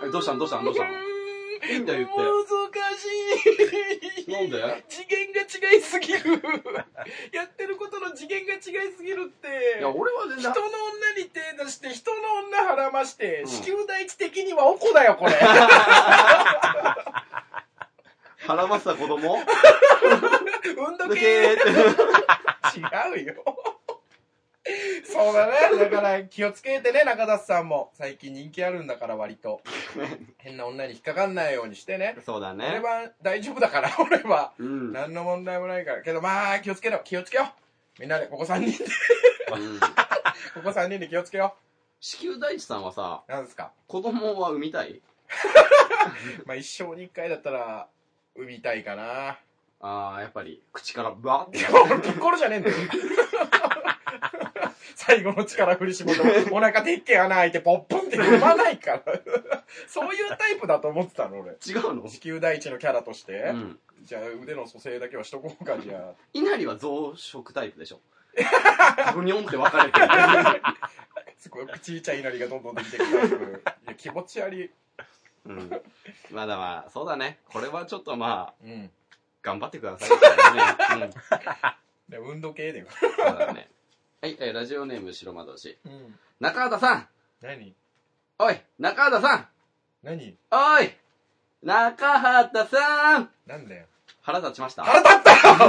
A: えどうしたのどうしたのどうしたのいいんだよ言って
B: 難しい
A: なんで
B: 次元が違いすぎるやってることの次元が違いすぎるって
A: いや、俺は全然
B: 人の、女に手出して人の女はらまして、
A: うん
B: 子宮台地的にはおこだよこ
A: [LAUGHS]
B: れ
A: 腹ました子供
B: うんど
A: 抜
B: け
A: けーって。
B: 違うよ。そうだね。だから気をつけてね、中田さんも。最近人気あるんだから割と。変な女に引っかかんないようにしてね。
A: そうだ
B: 俺
A: ね。
B: は大丈夫だから、俺は。
A: うん。
B: 何の問題もないから。けどまあ、気をつけろ、気をつけよう。みんなで、ここ3人で、
A: うん
B: ここ3人で気をつけよ
A: 子宮大地さんはさ、
B: う。なんですか。
A: 子供は産みたい
B: まあ一生に一回だったら、産みたいかな。
A: ああ、やっぱり、口からバーって
B: い。や俺、ピッコロじゃねえんだよ。最後の力振り絞って、お腹でっけえ穴開いて、ポッポンって踏まないから。そういうタイプだと思ってたの、俺。
A: 違うの
B: 地球第一のキャラとして
A: う。ん。
B: じゃあ、腕の蘇生だけはしとこうか、じゃ
A: 稲荷は増殖タイプでし
B: [LAUGHS]
A: ょ。ブニョンって分かれてる。
B: あ。すごい、ちいちゃいなりがどんどんできてくタイプ。いや、気持ち悪い。
A: うん。まだまあ、そうだね。これはちょっとまあ、
B: うん。
A: 頑張ってくださ
B: [LAUGHS]
A: い、ね。うん。
B: で運動系だよ。
A: そうだね。はい、えーラジオネーム白魔道士。
B: うん。
A: 中畑さん
B: 何
A: おい中畑さん
B: 何
A: おい中畑さん
B: なんだよ。
A: 腹立ちました
B: 腹立っ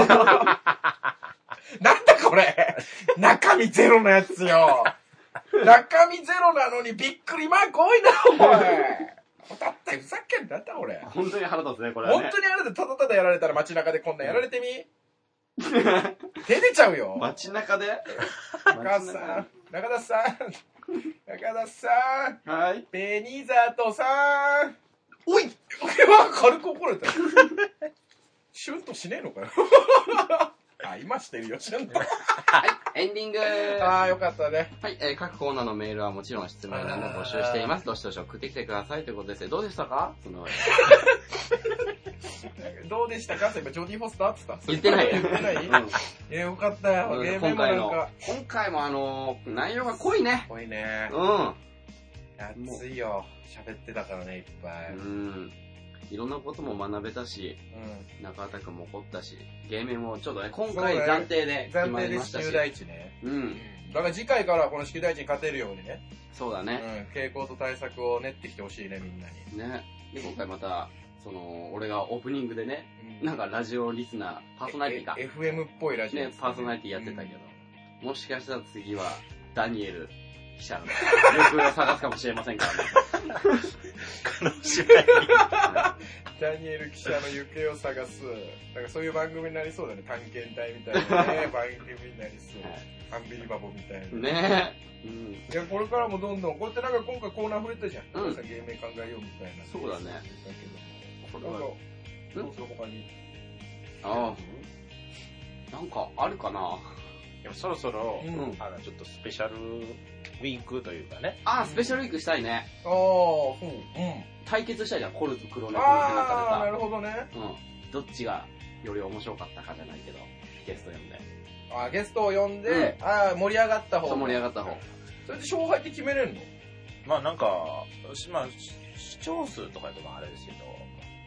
B: たよ
A: [LAUGHS]
B: なんだこれ中身ゼロのやつよ中身ゼロなのにびっくりマーク多いな、お前だってふざけんなった俺。
A: 本当に腹立つね、これは
B: 本
A: ね。
B: 当にあなたただただやられたら街中でこんなんやら
A: [LAUGHS]
B: れてみ、出てちゃうよ
A: 街中で
B: 中田さん、中田さん、中田さん、
A: ん。はい。
B: ベニザトさん。おい俺は軽く怒られた。シュンとしねえのかよ。あ、今してるよ、シュンと。
A: エンディング
B: ああ、よかったね。
A: はい、えー各コーナーのメールはもちろん質問欄も募集しています。どしどし送ってきてくださいということです。どうでしたかそ
B: [LAUGHS]
A: の、
B: どうでしたかって今、ジョディ・フォスターって言
A: 言っ
B: った
A: てない
B: 言ってない、
A: うん
B: えよかったよ。ゲーム
A: 今
B: もな
A: 回
B: ん
A: の
B: か。、
A: 今回もあのー、内容が濃いね。
B: 濃いね
A: う。ん。
B: 熱いよ。喋ってたからね、いっぱい。うん。
A: うん。いろんなことも学べたし、中畑くんも怒ったし、芸名もちょっとね、今回
B: そうだね
A: 暫定で決
B: 暫
A: ま
B: 定
A: り
B: で
A: まし
B: 地
A: たし
B: 球。大地ね。
A: う。
B: うんん。だから次回からこの地球大地に勝てるようにね。
A: そうだ
B: う
A: ね。
B: ん、傾向と対策を練ってきてほしいね、みんなに。
A: ね。で、今回また、その、俺がオープニングでね、なんかラジオリスナー、パーソナリティか
B: え。え FM っぽいラジオです、
A: ね、パーソナリティやってたけど、もしかしたら次は、ダニ
B: [LAUGHS]
A: エル記者の行方を探すかもしれませんからね。
C: 楽しみ。
B: うんダニエル記者の行方を探す。なんかそういう番組になりそうだね。探検隊みたいな
A: [LAUGHS]
B: ね、番組になりそう
A: はい。
B: アンビリバボーみたいな。
A: ねえ。うん。
B: いや、これからもどんどん、こうやってなんか今回コーナー増えたじゃん。
A: うん
B: さ芸名考えようみたいな。
A: そうだね。こ
B: だ
A: れ
B: けども。な
A: は
B: んか、どうする他に。
A: ああ、なんかあるかな。
C: でもそろそろ、
B: うん
C: あの、ちょっとスペシャルウィークというかね。
A: ああ、スペシャルウィークしたいね。
B: ああ、そう。うん。
A: 対決したいじゃん、コルズ黒猫の
B: ああ、
A: 中
B: なるほどね。
A: でさ。うん。どっちがより面白かったかじゃないけど、ゲスト呼んで。
B: あーゲストを呼んで、ああ、盛り上がった
A: そう
B: 方。
A: 盛り上がった方。
B: それで勝敗って決めれるの
C: まあなんか、しまあ、し視聴数とかでもあれですけど、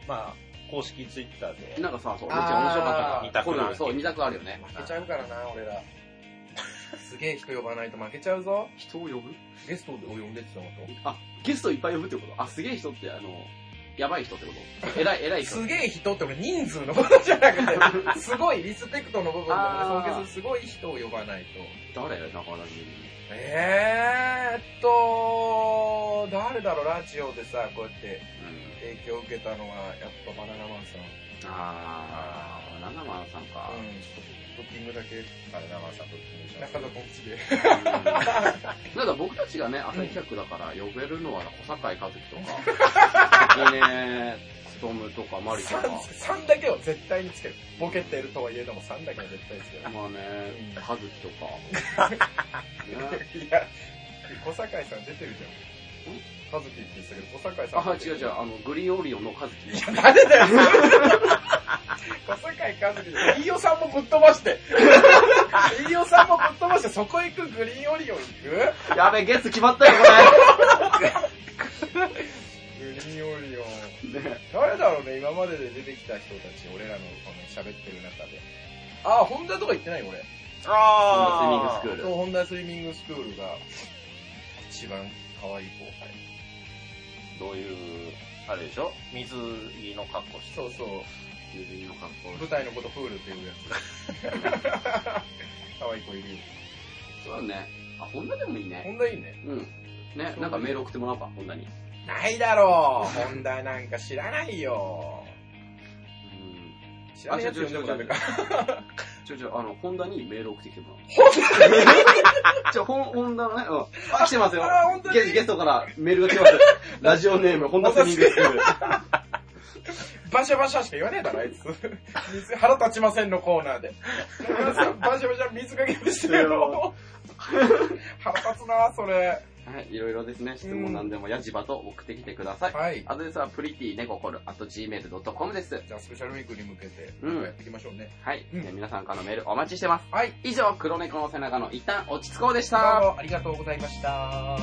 C: まあ、公式ツイッターで。
A: なんかさ、そう、めっち
B: あー
A: ゃ面白かった
C: 二
A: から。
C: 択
A: コルズ、そう、二択あるよね。
B: 負けちゃうからな、俺ら。 [LAUGHS] すげえ人呼ばないと負けちゃうぞ。
A: 人を呼ぶ
B: ゲストを呼んでってたこと
A: あ、ゲストいっぱい呼ぶってことあ、すげえ人って、あの、やばい人って [LAUGHS] こと偉い、偉い人。
B: すげえ人って俺人数のことじゃな [LAUGHS] くて、すごいリスペクトの部分で
A: あー
B: 尊敬するすごい人を呼ばないと。
A: 誰中原に。
B: えーっと、誰だろう、ラジオでさ、こうやって
A: うん。
B: 影響を受けたのは、やっぱバナナマンさん。
A: あー、ナナマンさんか。
B: うん、ちょっとトッピングだけ、
C: あれ、生さんと聞きまし
B: 中田コンチで。
A: なんか僕たちがね、朝日企画だから呼べるのは小坂井和樹とか、 [LAUGHS] 関根勤とかマリとか、
B: 3, だけは絶対につける。ボケてるとはいえども3だけは絶対につける。
A: まあね、和樹とか。 [LAUGHS] ね
B: いや、小堺さん出てるじゃん。カズキって言ってたけど、小堺さん
A: あ、
B: 出て
A: 違う
B: る。
A: 違う、あの、グリーンオリオンの和樹。
B: いや、なんでだよ、それ小堺カズキ、飯尾さんもぶっ飛ばして。飯尾さんもぶっ飛ばして、そこ行くグリーンオリオン行く
A: やべ、ゲス決まったよ、
B: グリーンオリオン。
A: これ。ね
B: 誰だろうね、今までで出てきた人たち、俺らのこの喋ってる中で。あー、ホンダとか行ってない俺。
C: た。あ
A: スイミングスクール
B: そう、ホンダスイミングスクールが、一番可愛い後輩。
C: どういう、あれでしょ水着の格好して。
B: そうそう。
A: 水着の格好
B: 舞台のことプールって [LAUGHS] いうやつ。可愛い子いるよ。
A: そうだね。あ、ホンダでもいいね。
B: ホンダいいね。
A: うん。ね、なんかメール送ってもらおうか、ホンダに。
B: ないだろう。ホンダなんか知らないよ。
A: うん。
B: 知らないやつ呼んでもダメか。
A: ちょちょ、あの、ホンダにメール送ってきてもら [LAUGHS] おう。じゃあ、ホンホンダのね、うん。あ、来て [LAUGHS] ますよ。
B: あ、ホンダ
A: ゲゲストからメールが来て [LAUGHS] ます。ラジオネーム、ホンダスイミン [LAUGHS] グスクール。
B: バシャバシャしか言わねえだろ、あいつ。水腹立ちませんのコーナーで。バシャバシャ水かけてして [LAUGHS] よ。腹立つな、それ。
A: はい、いろいろですね、質問なんでも、やじばと送ってきてください。
B: はい。
A: アドレスは、プリティネココル、あと gmail.com です。
B: じゃあ、スペシャルウィークに向けて、
A: うん
B: やっていきましょうね。
A: はい、
B: うん
A: ね皆さんからのメールお待ちしてます。
B: はい。
A: 以上、黒猫の背中の一旦落ち着こうでし
B: ど
A: た。
B: うもありがとうございました。